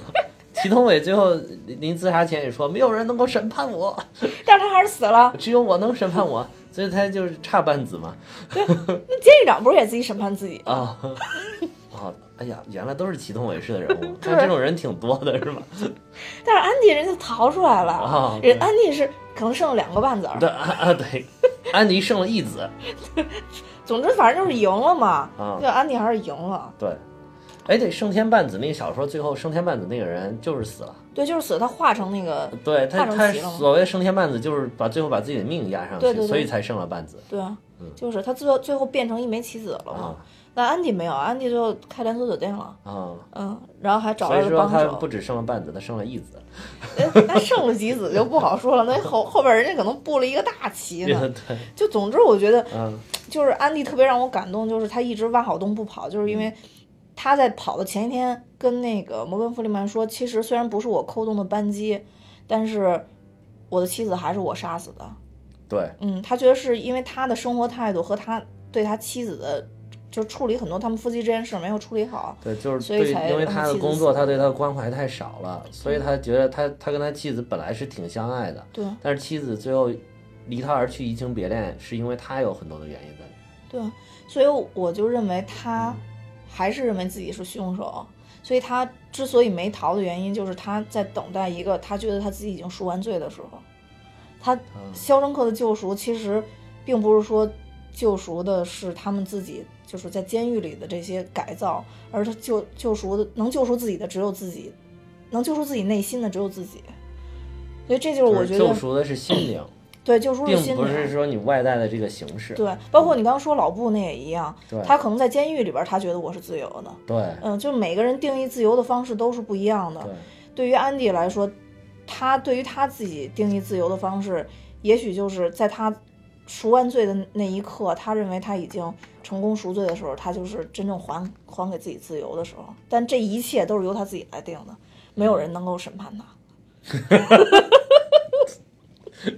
祁同伟最后临自杀前也说，没有人能够审判我，
但是他还是死了。
只有我能审判我，所以他就是差半子嘛。
那监狱长不是也自己审判自己？
啊，啊，哎呀，原来都是祁同伟式的人物，
对
但这种人挺多的是吧？
但是安迪人家逃出来了，
啊
人
对
安迪是可能剩了两个半子儿。
对啊啊对，安迪生了一子，
总之反正就是赢了嘛，
啊
就安迪还是赢了。
对，哎对，升天半子那个小说最后升天半子那个人就是死了，
对，就是死，他化成那个，
对他
化成
他
棋了吗
所谓升天半子就是把最后把自己的命压上
对对对
去，所以才升了半子
对啊，就是他最后最后变成一枚棋子了嘛。
嗯啊
那安迪没有，安迪最后开连锁酒店了，
啊，
嗯，然后还找
所
了
以
个
说
帮
他
手
不。只生了半子，他生了一子，
哎那剩了几子就不好说了，那后后边人家可能布了一个大棋
对
呢。
对，
就总之，我觉得
嗯
就是安迪特别让我感动，就是他一直挖好洞不跑，就是因为
嗯
他在跑的前一天跟那个摩根弗里曼说，其实虽然不是我扣动的扳机，但是我的妻子还是我杀死的。
对
嗯，他觉得是因为他的生活态度和他对他妻子的，就处理很多他们夫妻这件事没有处理好。
对，就是
所以
对
才，
因为
让
他
妻
的
子
工
死
作，他对他的关怀太少了，所以他觉得他他跟他妻子本来是挺相爱的，
对
但是妻子最后离他而去，移情别恋，是因为他有很多的原因在里面。
对，所以我就认为他还是认为自己是凶手。所以他之所以没逃的原因，就是他在等待一个他觉得他自己已经赎完罪的时候。他《
嗯
肖申克的救赎》其实并不是说救赎的是他们自己，就是在监狱里的这些改造，而他救救赎的能救赎自己的只有自己，能救赎自己内心的只有自己。所以这就是我
就
觉得嗯
是救赎的是心灵，
对救赎是
并
心
不
灵。
是说你外在的这个形式。
对，包括你刚刚说老布那也一样
对，
他可能在监狱里边，他觉得我是自由的。
对
嗯，就是每个人定义自由的方式都是不一样的。
对
对于安迪来说，他对于他自己定义自由的方式，也许就是在他赎完罪的那一刻，他认为他已经成功赎罪的时候，他就是真正还还给自己自由的时候。但这一切都是由他自己来定的，没有人能够审判他。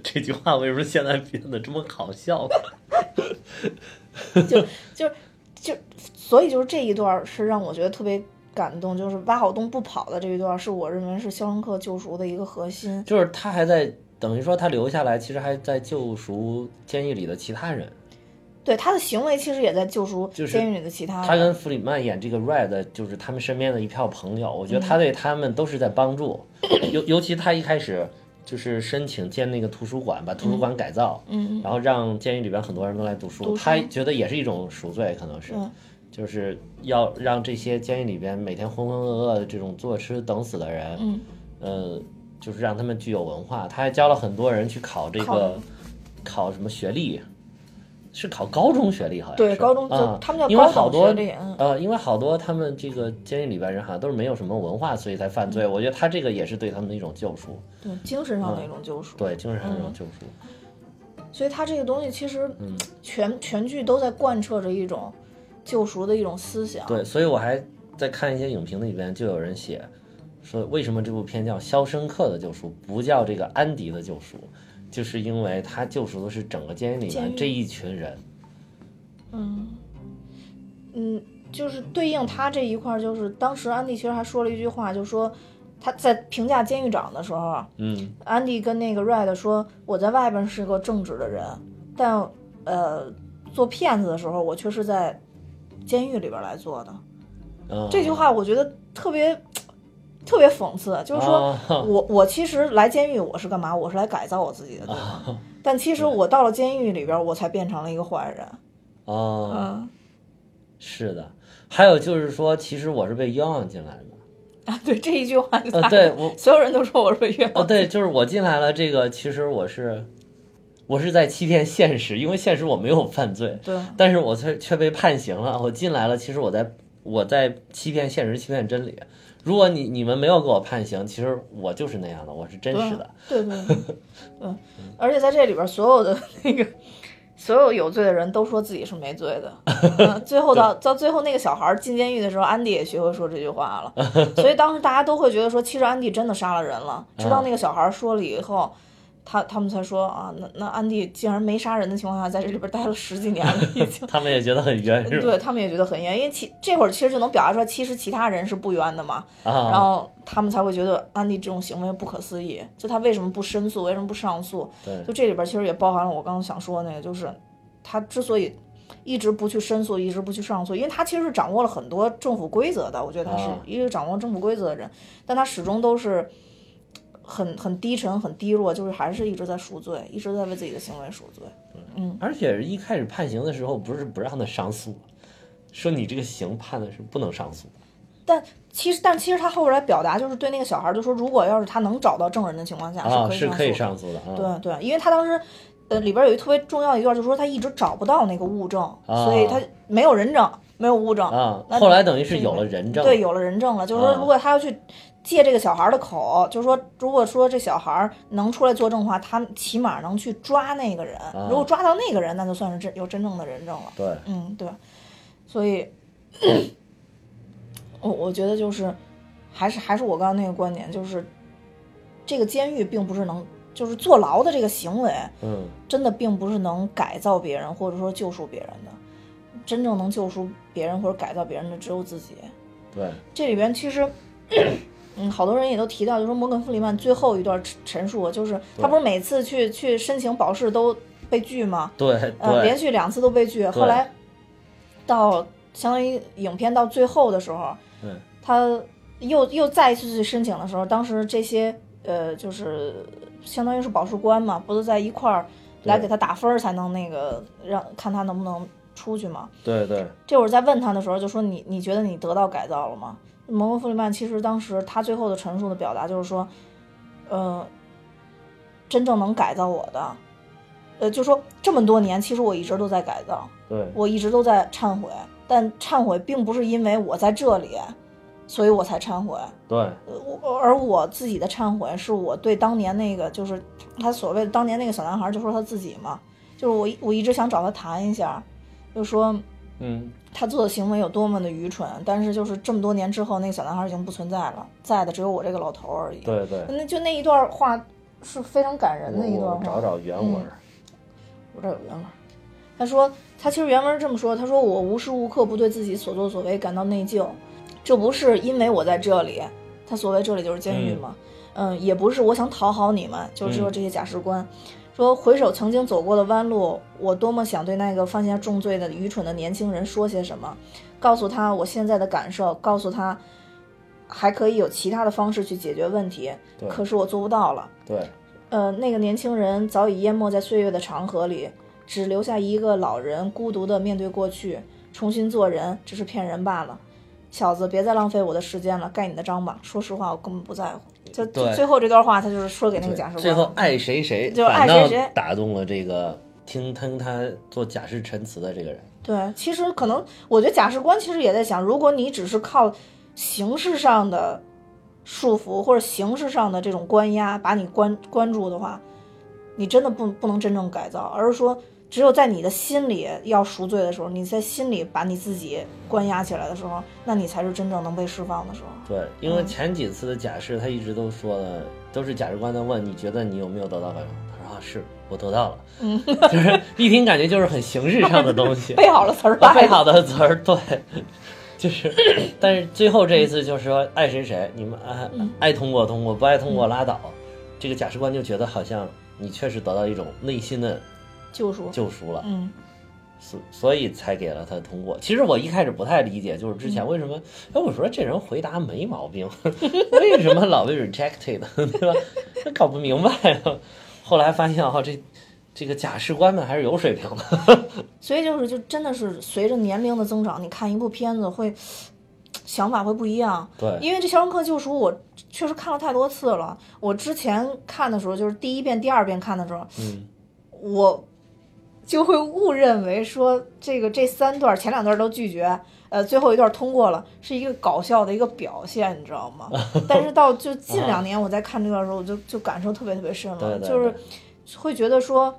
这句话为什么现在变得这么搞笑 呢？
就就就，所以就是这一段儿是让我觉得特别感动，就是挖好洞不跑的这一段儿，是我认为是《肖申克救赎》的一个核心。
就是他还在等于说他留下来，其实还在救赎监狱里的其他人。
对他的行为，其实也在救赎
就是
监狱里的其他
他
人。
跟弗里曼演这个 Red，就是他们身边的一票朋友，我觉得
嗯
他对他们都是在帮助，尤尤其他一开始就是申请建那个图书馆，把图书馆改造，
嗯嗯
然后让监狱里边很多人都来读书，
读书
他觉得也是一种赎罪，可能是，
嗯
就是要让这些监狱里边每天浑浑噩噩的这种坐吃等死的人，
嗯，
呃，就是让他们具有文化。他还教了很多人去考这
考
个，考什么学历，是考高中学历好像
对
是
高中就
啊，
他们叫
因为
高等
好多
学历嗯
呃，因为好多他们这个监狱里边人好像都是没有什么文化，所以才犯罪。
嗯
我觉得他这个也是对他们的一种救赎，
对精神上的一种救赎。
嗯对精神上的一
嗯
种救赎。
所以他这个东西其实
嗯
全全剧都在贯彻着一种救赎的一种思想。
对，所以我还在看一些影评里边，就有人写说，为什么这部片叫《肖申克的救赎》，不叫这个《安迪的救赎》，就是因为他救赎的是整个监狱里
监
面
狱
这一群人。
嗯，就是对应他这一块儿，就是当时安迪其实还说了一句话，就说他在评价监狱长的时候啊，
嗯，
安迪跟那个 Red 说，我在外边是个正直的人，但呃，做骗子的时候，我却是在监狱里边来做的。
嗯
这句话我觉得特别特别讽刺，就是说、
啊
我我其实来监狱我是干嘛？我是来改造我自己的，对吧？
哦
但其实我到了监狱里边，我才变成了一个坏人。
哦，
嗯
是的。还有就是说，其实我是被冤枉进来的。
啊， 对这一句话就
呃
打，
对我
所有人都说我是被 冤
哦，
枉。
对，就是我进来了，这个其实我是，我是在欺骗现实，因为现实我没有犯罪，
对
但是我却却被判刑了。我进来了，其实我在我在欺骗现实，欺骗真理。如果你你们没有给我判刑，其实我就是那样的，我是真实的。
对对对对，而且在这里边，所有的那个所有有罪的人都说自己是没罪的。嗯最后到到最后那个小孩进监狱的时候，安迪也学会说这句话了， 所以当时大家都会觉得说，其实安迪真的杀了人
啊
了。直到那个小孩说了以后。他他们才说啊，那那安迪竟然没杀人的情况下，在这里边待了十几年了，已 经。
他们也觉得很冤，是吧？
啊对他们也觉得很冤，因为其这会儿其实就能表达出来，其实其他人是不冤的嘛。然
啊，
后他们才会觉得安迪这种行为不可思议，就他为什么不申诉，为什么不上诉？
对
就这里边其实也包含了我刚刚想说的那个，就是他之所以一直不去申诉，一直不去上诉，因为他其实是掌握了很多政府规则的。我觉得他是
啊
一个掌握政府规则的人，但他始终都是很很低沉、很低落，就是还是一直在赎罪，一直在为自己的行为赎罪。
而且一开始判刑的时候不是不让他上诉，说你这个刑判的是不能上诉的。
但其实，但其实他后来表达就是对那个小孩儿就说，如果要是他能找到证人的情况下，
啊，
是
是
可
可
以
以
上
上诉的啊。
诉的。对对，因为他当时。呃，里边有一特别重要的一段，就是说他一直找不到那个物证，
啊
所以他没有人证，没有物证
啊，
那
后来等于是
这
有
个
了人证，
对，有了人证了，就是说，
啊
如果他要去借这个小孩的口，就是说，如果说这小孩能出来作证的话，他起码能去抓那个人。如果抓到那个人，那就算是真有真正的人证了。
啊对，
嗯，对，所以，我我觉得就是，还是还是我刚刚那个观点，就是这个监狱并不是能，就是坐牢的这个行为，
嗯，
真的并不是能改造别人或者说救赎别人的，真正能救赎别人或者改造别人的只有自己。
对，
这里边其实， 嗯，好多人也都提到，就说摩根·弗里曼最后一段陈陈述，就是他不是每次去去申请保释都被拒吗？
对，
呃，连
对，
续两次都被拒，后来到相当于影片到最后的时候，
嗯，
他又又再一次去申请的时候，当时这些呃，就是相当于是保释官嘛，不都在一块儿来
对
给他打分儿才能那个让看他能不能出去嘛？
对对，
这会儿在问他的时候，就说你你觉得你得到改造了吗？摩根·弗里曼其实当时他最后的陈述的表达就是说，呃，真正能改造我的，呃，就说这么多年，其实我一直都在改造，
对，
我一直都在忏悔，但忏悔并不是因为我在这里，所以我才忏悔，
对，
呃我而我自己的忏悔是我对当年那个就是他所谓的当年那个小男孩，就说他自己嘛，就是我一我一直想找他谈一下，就说。
嗯，
他做的行为有多么的愚蠢，但是就是这么多年之后，那个小男孩已经不存在了，在的只有我这个老头儿而已。
对对，
那就那一段话是非常感人的一
我
段
我
话。
找找原文
嗯
儿，
我这儿有原文。他说，他其实原文是这么说，他说我无时无刻不对自己所作所为感到内疚，这不是因为我在这里，他所谓这里就是监狱嘛，嗯，也不是我想讨好你们，就是说
嗯
这些假释官。说回首曾经走过的弯路，我多么想对那个犯下重罪的愚蠢的年轻人说些什么，告诉他我现在的感受，告诉他还可以有其他的方式去解决问题，
对
可是我做不到了。
对，
呃，那个年轻人早已淹没在岁月的长河里，只留下一个老人孤独地面对过去，重新做人只是骗人罢了。小子，别再浪费我的时间了，盖你的章吧。说实话，我根本不在乎。就就
对
最后这段话，他就是说给那个假释官。
最后爱谁谁，
就
反
爱谁
倒
谁
打动了这个听听他做假释陈词的这个人，
对，其实可能我觉得假释官其实也在想，如果你只是靠形式上的束缚或者形式上的这种关押把你关关住的话，你真的不不能真正改造，而是说只有在你的心里要赎罪的时候，你在心里把你自己关押起来的时候，那你才是真正能被释放的时候。
对，因
嗯
为前几次的假释他一直都说的，都是假释官在问你觉得你有没有得到改造，他说啊是我得到了，
嗯，
就是一听感觉就是很形式上的 东西，
背好了词儿吧，
背好的词儿，对，就是，但是最后这一次就是说爱谁谁，你们爱
嗯
爱通过通过，不爱通过拉倒。这个假释官就觉得好像你确实得到一种内心的
救赎。
救赎了，
嗯，
所所以才给了他通过。其实我一开始不太理解，就是之前为什么，哎，我说这人回答没毛病， 为什么老被 rejected，对 吧？这搞不明白啊。后来发现哦，这这个假释官们还是有水平的。
所以就是就真的是随着年龄的增长，你看一部片子会想法会不一样。
对，
因为这《肖申克救赎》，我确实看了太多次了。我之前看的时候，就是第一遍、第二遍看的时候，
嗯，
我就会误认为说这个这三段前两段都拒绝，呃，最后一段通过了，是一个搞笑的一个表现，你知道 吗？但是到就近两年我在看这段的时候，我就就感受特别特别深了，
对啊对对
就是会觉得说。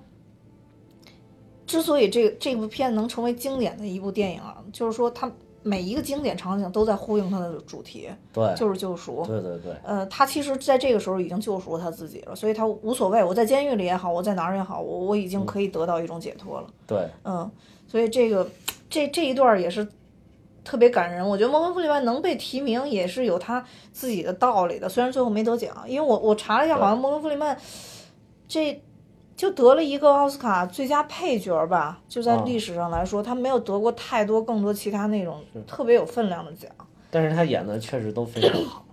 之所以这这部片能成为经典的一部电影啊，就是说它每一个经典场景都在呼应它的主题。
对，
就是救赎。
对对对。
呃，他其实在这个时候已经救赎了他自己了，所以他无所谓。我在监狱里也好，我在哪儿也好，我我已经可以得到一种解脱了。
嗯对，
嗯，所以这个这这一段儿也是特别感人。我觉得摩根·弗里曼能被提名也是有他自己的道理的，虽然最后没得奖。因为我我查了一下，
对
好像摩根·弗里曼这《就得了一个奥斯卡最佳配角儿吧，就在
啊
历史上来说，他没有得过太多更多其他那种
是
特别有分量的奖。
但是他演的确实都非常好。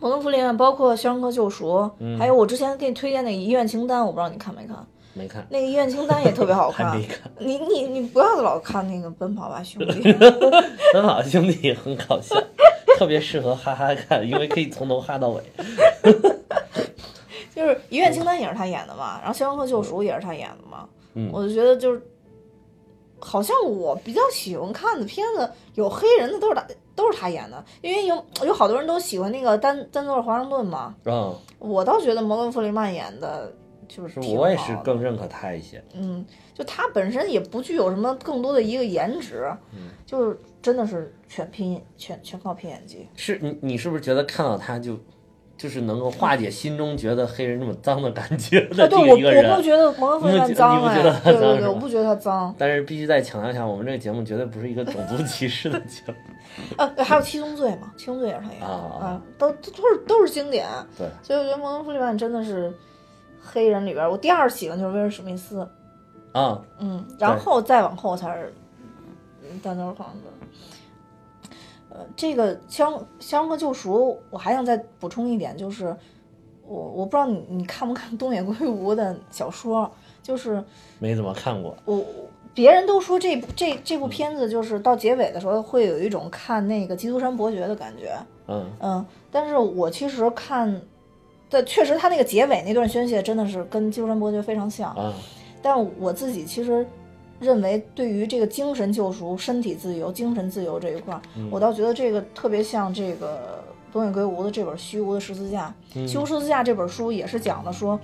摩登福林包括《肖申克救赎》
嗯
还有我之前给你推荐那个《医院清单》，我不知道你看没看，
没看，
那个《医院清单》也特别好看
还没。看
你你你不要老看那个《奔跑吧兄弟》，
《奔跑兄弟》也很搞笑，特别适合哈哈看，因为可以从头哈到尾。
就是《医院清单》也是他演的嘛，然后《肖申克救赎》也是他演的嘛。
嗯
我就觉得就是，好像我比较喜欢看的片子有黑人的都是他都是他演的，因为有有好多人都喜欢那个丹丹泽尔华盛顿嘛。
嗯，
我倒觉得摩根弗里曼演的就是
是
挺
我也
好
是
的
更认可他一些。
嗯，就他本身也不具有什么更多的一个颜值，
嗯
就是真的是全拼全全靠拼演技。
是你，你是不是觉得看到他就，就是能够化解心中觉得黑人这么脏的感觉
啊，
的这
对我
个一个
我不
人？
觉得摩根弗里曼
你不觉
脏
你不
哎
觉得，他
对
脏
对
是
对，
吧
我不觉得他脏。
但是必须再强调一下，我们这个节目绝对不是一个种族歧视的节目。
呃、对还有《七宗罪》嘛，《七宗罪》也是他演的
啊
啊，都都都是都是经典。
对，
所以我觉得摩根弗里曼真的是黑人里边儿，我第二喜欢就是威尔史密斯，
啊、
嗯，然后再往后才是嗯丹泽尔·华盛顿。呃，这个《肖《肖申克救赎》，我还想再补充一点，就是我我不知道你你看没看东野圭吾的小说，啊就是
没怎么看过。
我别人都说这部这这部片子就是到结尾的时候会有一种看那个《基督山伯爵》的感觉，
嗯，
嗯，但是我其实看，但确实他那个结尾那段宣泄真的是跟《基督山伯爵》非常像，
啊，
但我自己其实认为，对于这个精神救赎、身体自由、精神自由这一块儿，我倒觉得这个特别像这个东野圭吾的这本《虚无的十字架》。虚无十字架》这本书也是讲的说，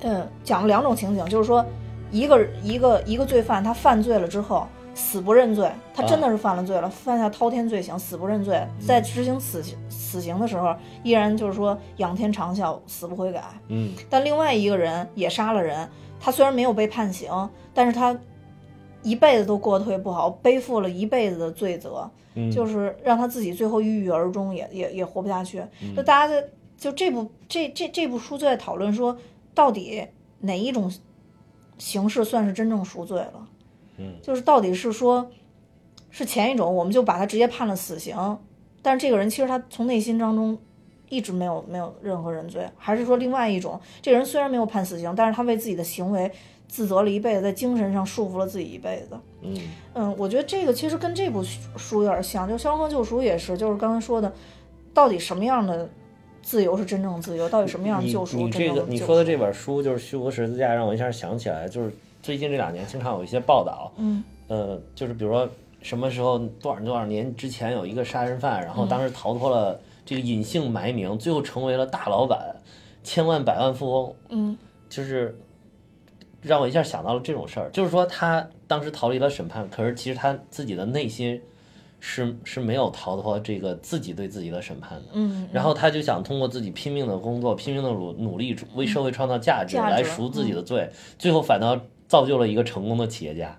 呃，讲了两种情景，就是说，一个一个一个罪犯他犯罪了之后。死不认罪，他真的是犯了罪了，犯下滔天罪行，死不认罪，在执行死刑死刑的时候，依然就是说仰天长啸，死不悔改。
嗯
但另外一个人也杀了人，他虽然没有被判刑，但是他一辈子都过得特别不好，背负了一辈子的罪责，
嗯，
就是让他自己最后郁郁而终也，也也活不下去。
嗯
就大家在就这部这这这部书就在讨论说，到底哪一种形式算是真正赎罪了？
嗯，
就是到底是说，是前一种我们就把他直接判了死刑，但是这个人其实他从内心当中一直没有没有任何认罪，还是说另外一种，这个人虽然没有判死刑，但是他为自己的行为自责了一辈子，在精神上束缚了自己一辈子。
嗯
嗯，我觉得这个其实跟这部书有点像，就《肖申克救赎》也是，就是刚才说的，到底什么样的自由是真正自由？到底什么样的
你
救赎
你
真
这
正
个
救赎？
你说的这本书就是《虚无十字架》，让我一下想起来，就是最近这两年经常有一些报道，
嗯，
呃，就是比如说什么时候多少多少年之前有一个杀人犯，然后当时逃脱了这个隐姓埋名，最后成为了大老板、千万百万富翁，
嗯
就是让我一下想到了这种事儿，就是说他当时逃离了审判，可是其实他自己的内心是是没有逃脱这个自己对自己的审判的。
嗯，
然后他就想通过自己拼命的工作、拼命的努努力，为社会创造价值
价值嗯
来赎自己的罪，最后反倒造就了一个成功的企业家。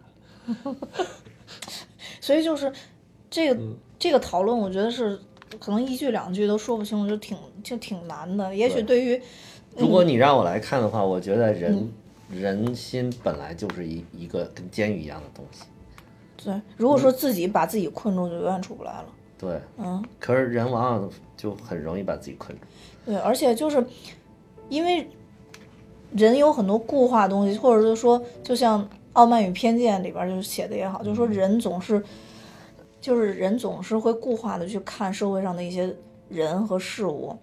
所以就是这个、
嗯
这个讨论，我觉得是可能一句两句都说不清楚，就挺就挺难的。也许对于嗯
如果你让我来看的话，我觉得人、人心本来就是一一个跟监狱一样的东西。
对，如果说
嗯
自己把自己困住，就永远出不来了。
对，
嗯，
可是人往往就很容易把自己困住。
对，而且就是因为人有很多固化的东西，或者是说，就像《傲慢与偏见》里边儿就写的也好，就是说人总是，就是人总是会固化的去看社会上的一些人和事物。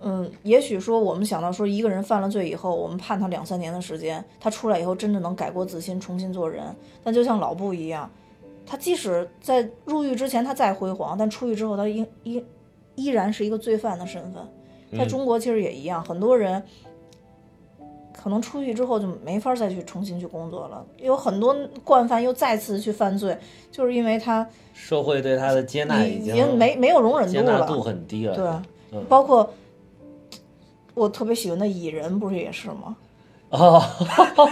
嗯，也许说我们想到说一个人犯了罪以后，我们判他两三年的时间，他出来以后真的能改过自新，重新做人。但就像老布一样，他即使在入狱之前他再辉煌，但出狱之后他应应依然是一个罪犯的身份。
嗯
在中国其实也一样，很多人可能出去之后就没法再去重新去工作了，有很多惯犯又再次去犯罪，就是因为他
社会对他的接纳
已
经
经没没有容忍
接
度
纳
了。
度很低了。
对，
嗯
包括我特别喜欢的蚁人，不是也是吗？
哦，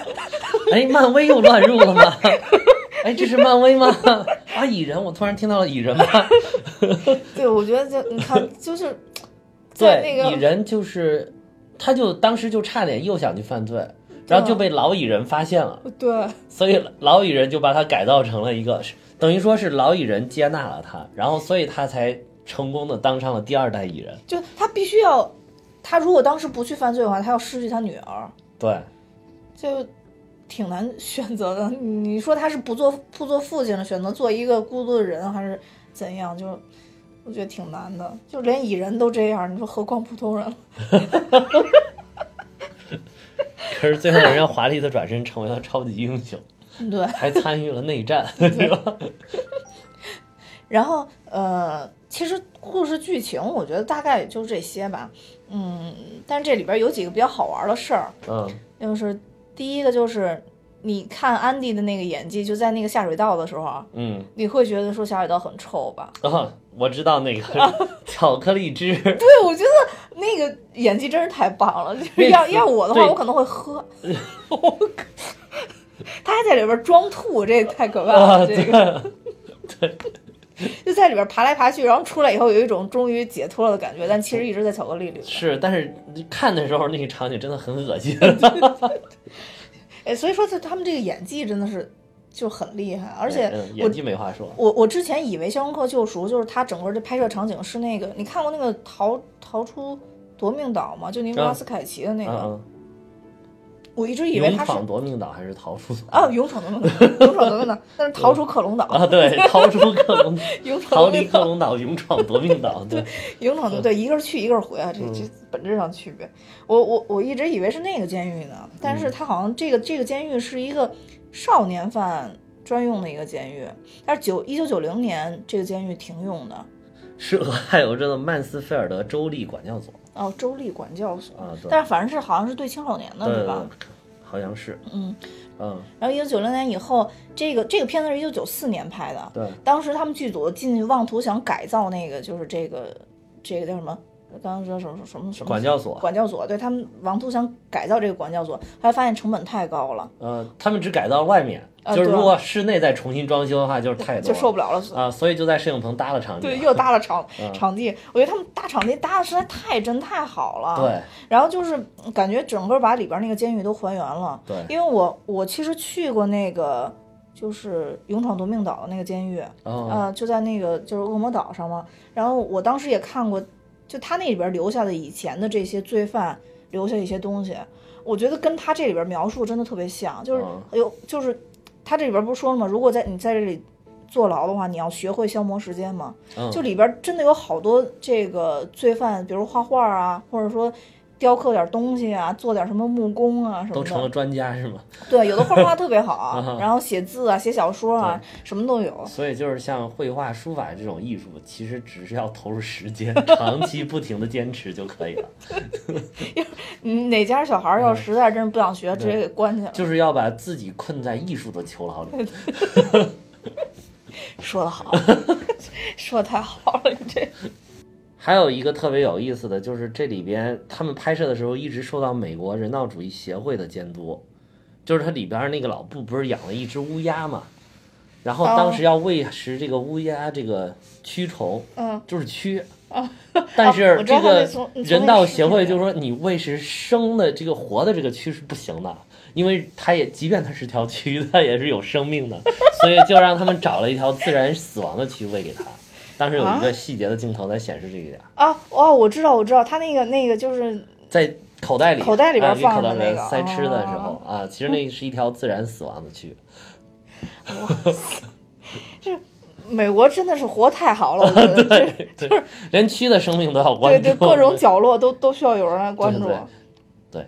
哎，漫威又乱入了吗？ 哎，这是漫威吗？ 啊，蚁人，我突然听到了蚁人吗？
对，我觉得就你看，就是在
对，
那个
蚁人就是他就当时就差点又想去犯罪，然后就被老蚁人发现了，
对，
所以老蚁人就把他改造成了一个，等于说是老蚁人接纳了他，然后所以他才成功的当上了第二代蚁人。
就他必须要，他如果当时不去犯罪的话，他要失去他女儿，
对，
就挺难选择的。你说他是不做不做父亲了，选择做一个孤独的人，还是怎样？就我觉得挺难的，就连蚁人都这样，你说何况普通人？
可是最后人家华丽的转身成为了超级英雄，
对，
还参与了内战，对吧？
然后呃，其实故事剧情我觉得大概也就这些吧，嗯，但是这里边有几个比较好玩的事儿，
嗯
就是第一个就是你看安迪的那个演技，就在那个下水道的时候啊，
嗯，
你会觉得说下水道很臭吧？
然、后我知道 那个巧克力汁，
对，我觉得那个演技真是太棒了。就是要要我的话，
对
我可能会 喝。我靠他还在里边装吐，这太可怕
啊
了。这个
对
就在里边爬来爬去，然后出来以后有一种终于解脱了的感觉，但其实一直在巧克力里。
是，但是看的时候那个场景真的很恶心。
哎，所以说他他们这个演技真的是就很厉害， 而且
嗯
我
演技没话说，
我我之前以为《肖申克救赎》就是他整个这拍摄场景是那个，你看过那个逃逃出夺命岛吗？就尼
啊
古拉斯凯奇的那个，
嗯
我一直
嗯，
以为
勇
他是
闯夺命岛还是逃出？
啊，勇闯夺命岛，勇闯夺命岛，但是逃出克隆岛，
啊，对，逃出克隆，
勇闯夺
逃离
命
克
岛，
隆岛，勇闯夺命 岛，对，
勇闯夺对，一个是去，一个是回啊，
嗯
这这本质上区别。我我我一直以为是那个监狱呢，但
嗯
是他好像这个这个监狱是一个少年犯专用的一个监狱，但是九一九九零年这个监狱停用的。
是俄亥俄州的曼斯菲尔德州立管教所
哦，州立管教所，
啊，对，
但是反正是好像是对青少年的，
对
对
对
吧？
对，好像是，
嗯，
嗯，
然后一九九零年以后，这个这个片子是一九九四年拍的，
对，
当时他们剧组进去妄图想改造那个，就是这个这个叫什么？我刚刚说什么什么什么
管教所，
管教所？对他们妄图想改造这个管教所，后来发现成本太高了，
呃，他们只改造外面，
啊
就是
对
如果室内再重新装修的话，就是太多
就受不
了
了了。
啊，所以就在摄影棚搭了场景，
对，又搭了场、
嗯
场地，我觉得他们搭场地搭的实在太真太好了。
对
然后就是感觉整个把里边那个监狱都还原了。
对
因为我我其实去过那个就是《勇闯夺命岛》的那个监狱，
哦，
呃，就在那个就是恶魔岛上嘛。然后我当时也看过，就他那里边留下的以前的这些罪犯留下一些东西，我觉得跟他这里边描述真的特别像，就是
嗯
有、就是他这里边不是说了吗？如果在你在这里坐牢的话，你要学会消磨时间嘛。
嗯
就里边真的有好多这个罪犯，比如画画啊，或者说雕刻点东西啊，做点什么木工啊什
都
么
成了
的。
专家是吗？
对，有的画画特别 好
哈
啊，然后写字啊、写小说啊，什么都有。
所以就是像绘画、书法这种艺术，其实只是要投入 时间，长期不停的坚持就可以了。
嗯，哪家小孩儿要实在真是不想学，直接给关起来。
就是要把自己困在艺术的囚牢里。
说的 好，说的太好了，你这
还有一个特别有意思的就是，这里边他们拍摄的时候一直受到美国人道主义协会的监督，就是它里边那个老布不是养了一只乌鸦嘛，然后当
哦
时要喂食这个乌鸦这个蛆虫，
嗯，哦
就是蛆。但是
我知
这
道他
个
那从从那
人道协
视
会
频
就是说，你喂食生的这个活的这个蛆是不行的，因为它也即便它是条蛆，它也是有生命的， 所以就让他们找了一条自然死亡的蛆喂给它。当时有一个细节的镜头在显示这一点，
啊哦，我知道，我知道，他那个那个就是
在口袋里，
口袋里边
啊给
放
口
的
袋里边
那个哦
塞吃的时候啊，其实那是一条自然死亡的蛆。
美国真的是活太好了，我觉得这
对，连蛆的生命都要关
对
注，
对，各种角落都都需要有人来关注。啊
对对对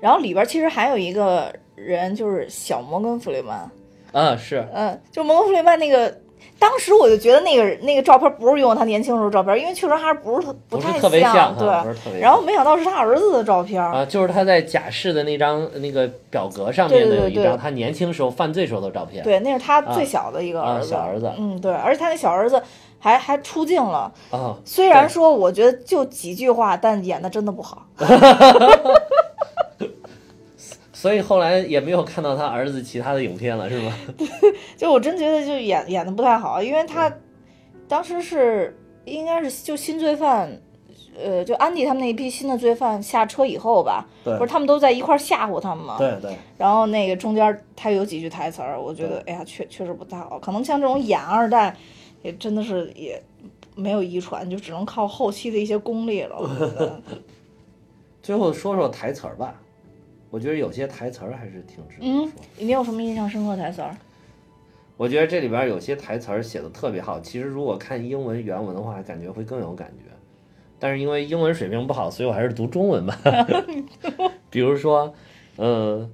然后里边其实还有一个人，就是小摩根弗里曼，
啊是，
嗯，就摩根弗里曼那个，当时我就觉得那个那个照片不是用他年轻时候照片，因为确实还是不是特
不是
太
特别像啊
对
哈，不是特别像
然后没想到是他儿子的照片，
啊，就是他在假释的那张那个表格上面
对
的
对
有
对
一
对
张他年轻时候犯罪时候的照片。
对，那是他最小的一个
啊
儿子，
小儿子
嗯，对，而且他那小儿子还还出镜了，
啊，
虽然说我觉得就几句话，但演的真的不好。
所以后来也没有看到他儿子其他的影片了，是吗？
就我真觉得就演
嗯
演的不太好，因为他当时是应该是就新罪犯，呃，就安迪他们那一批新的罪犯下车以后吧，
对
不是他们都在一块儿吓唬他们吗？
对对，
然后那个中间他有几句台词儿，我觉得哎呀，确确实不太好。可能像这种演二代，也真的是也没有遗传，就只能靠后期的一些功力了。我觉 得
最后说说台词儿吧，我觉得有些台词儿还是挺值得说
嗯
的。，
你有什么印象深刻的台词儿？
我觉得这里边有些台词儿写的特别好，其实如果看英文原文的话，感觉会更有感觉。但是因为英文水平不好，所以我还是读中 文吧。比如说，呃，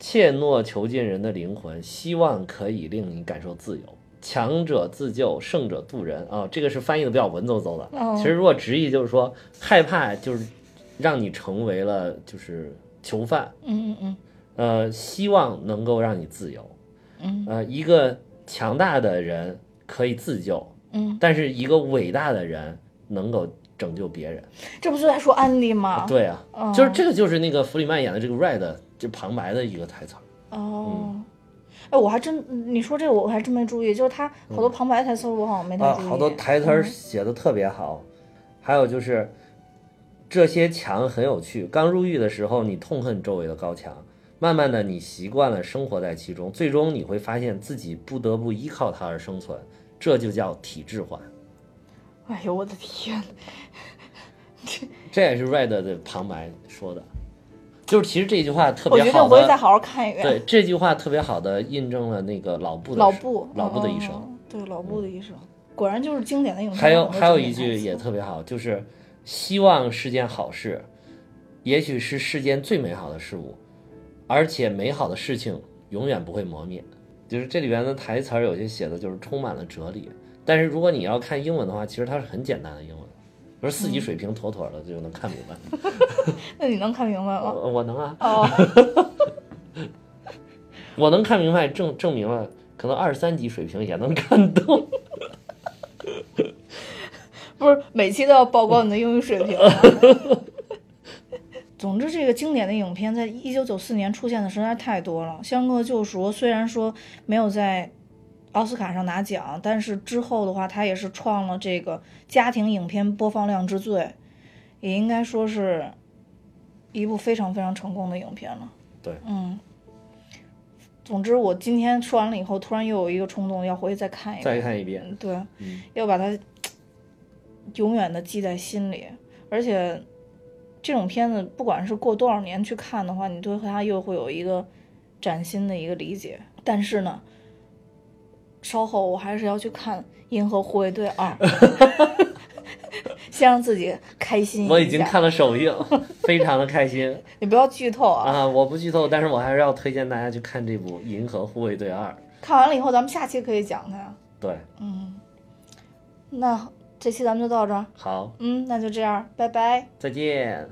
怯懦囚禁人的灵魂，希望可以令你感受自由。强者自救，胜者渡人啊、这个是翻译的比较文绉绉的。
哦
其实如果直译就是说，害怕就是让你成为了就是囚犯，
嗯嗯
呃，希望能够让你自由。
嗯
呃，一个强大的人可以自救，
嗯
但是一个伟大的人能够拯救别人。
嗯，这不是在说安迪吗？
对啊，
哦
就是这个，就是那个弗里曼演的这个 Red 就旁白的一个台词儿。
哦。
嗯
哎，我还真，你说这个我还真没注意，就是他好多旁白台词儿我好像没太
嗯啊，
注意。
好多台词儿写的特别好，还有就是这些墙很有趣。刚入狱的时候，你痛恨周围的高墙，慢慢的你习惯了生活在其中，最终你会发现自己不得不依靠它而生存，这就叫体制化。
哎呦我的天！
这也是 Red 的旁白说的，就是其实这句话特
我
别
决定
好
回去再
的，
好好看一遍。
对这句话特别好的印证了那个老布的
老布，
老布的一
嗯
生。，
嗯嗯对老布的一生，果然就是经典的影片。
还有
很多
还有
经
一
典
句
台词
也特别好，就是希望是件好事，也许是世间最美好的事物，而且美好的事情永远不会磨灭。就是这里边的台词儿有些写的就是充满了哲理，但是如果你要看英文的话，其实它是很简单的英文，就是
嗯
四级水平妥妥的就能看明白。
那你能看明白吗？
我我能啊，
哦，
我能看明白，证证明了可能二三级水平也能看懂。
不是每期都要报告你的英语水 平吗。总之，这个经典的影片在一九九四年出现的实在太多了。《肖申克的救赎》虽然说没有在奥斯卡上拿奖，但是之后的话，它也是创了这个家庭影片播放量之最，也应该说是一部非常非常成功的影片了。
对，
嗯。总之，我今天说完了以后，突然又有一个冲动要回去再看一遍。
再看一遍，
嗯，对，
嗯
要把它永远的记在心里。而且这种片子，不管是过多少年去看的话，你对它又会有一个崭新的一个理解。但是呢，稍后我还是要去看《银河护卫队二》，先让自己开心一下。
我已经看了首映， 非常的开心
你不要剧透啊！
啊！我不剧透，但是我还是要推荐大家去看这部《银河护卫队二》。
看完了以后，咱们下期可以讲它呀。
对，
嗯，那这期咱们就到这儿。
好，
嗯，那就这样，拜拜。
再见。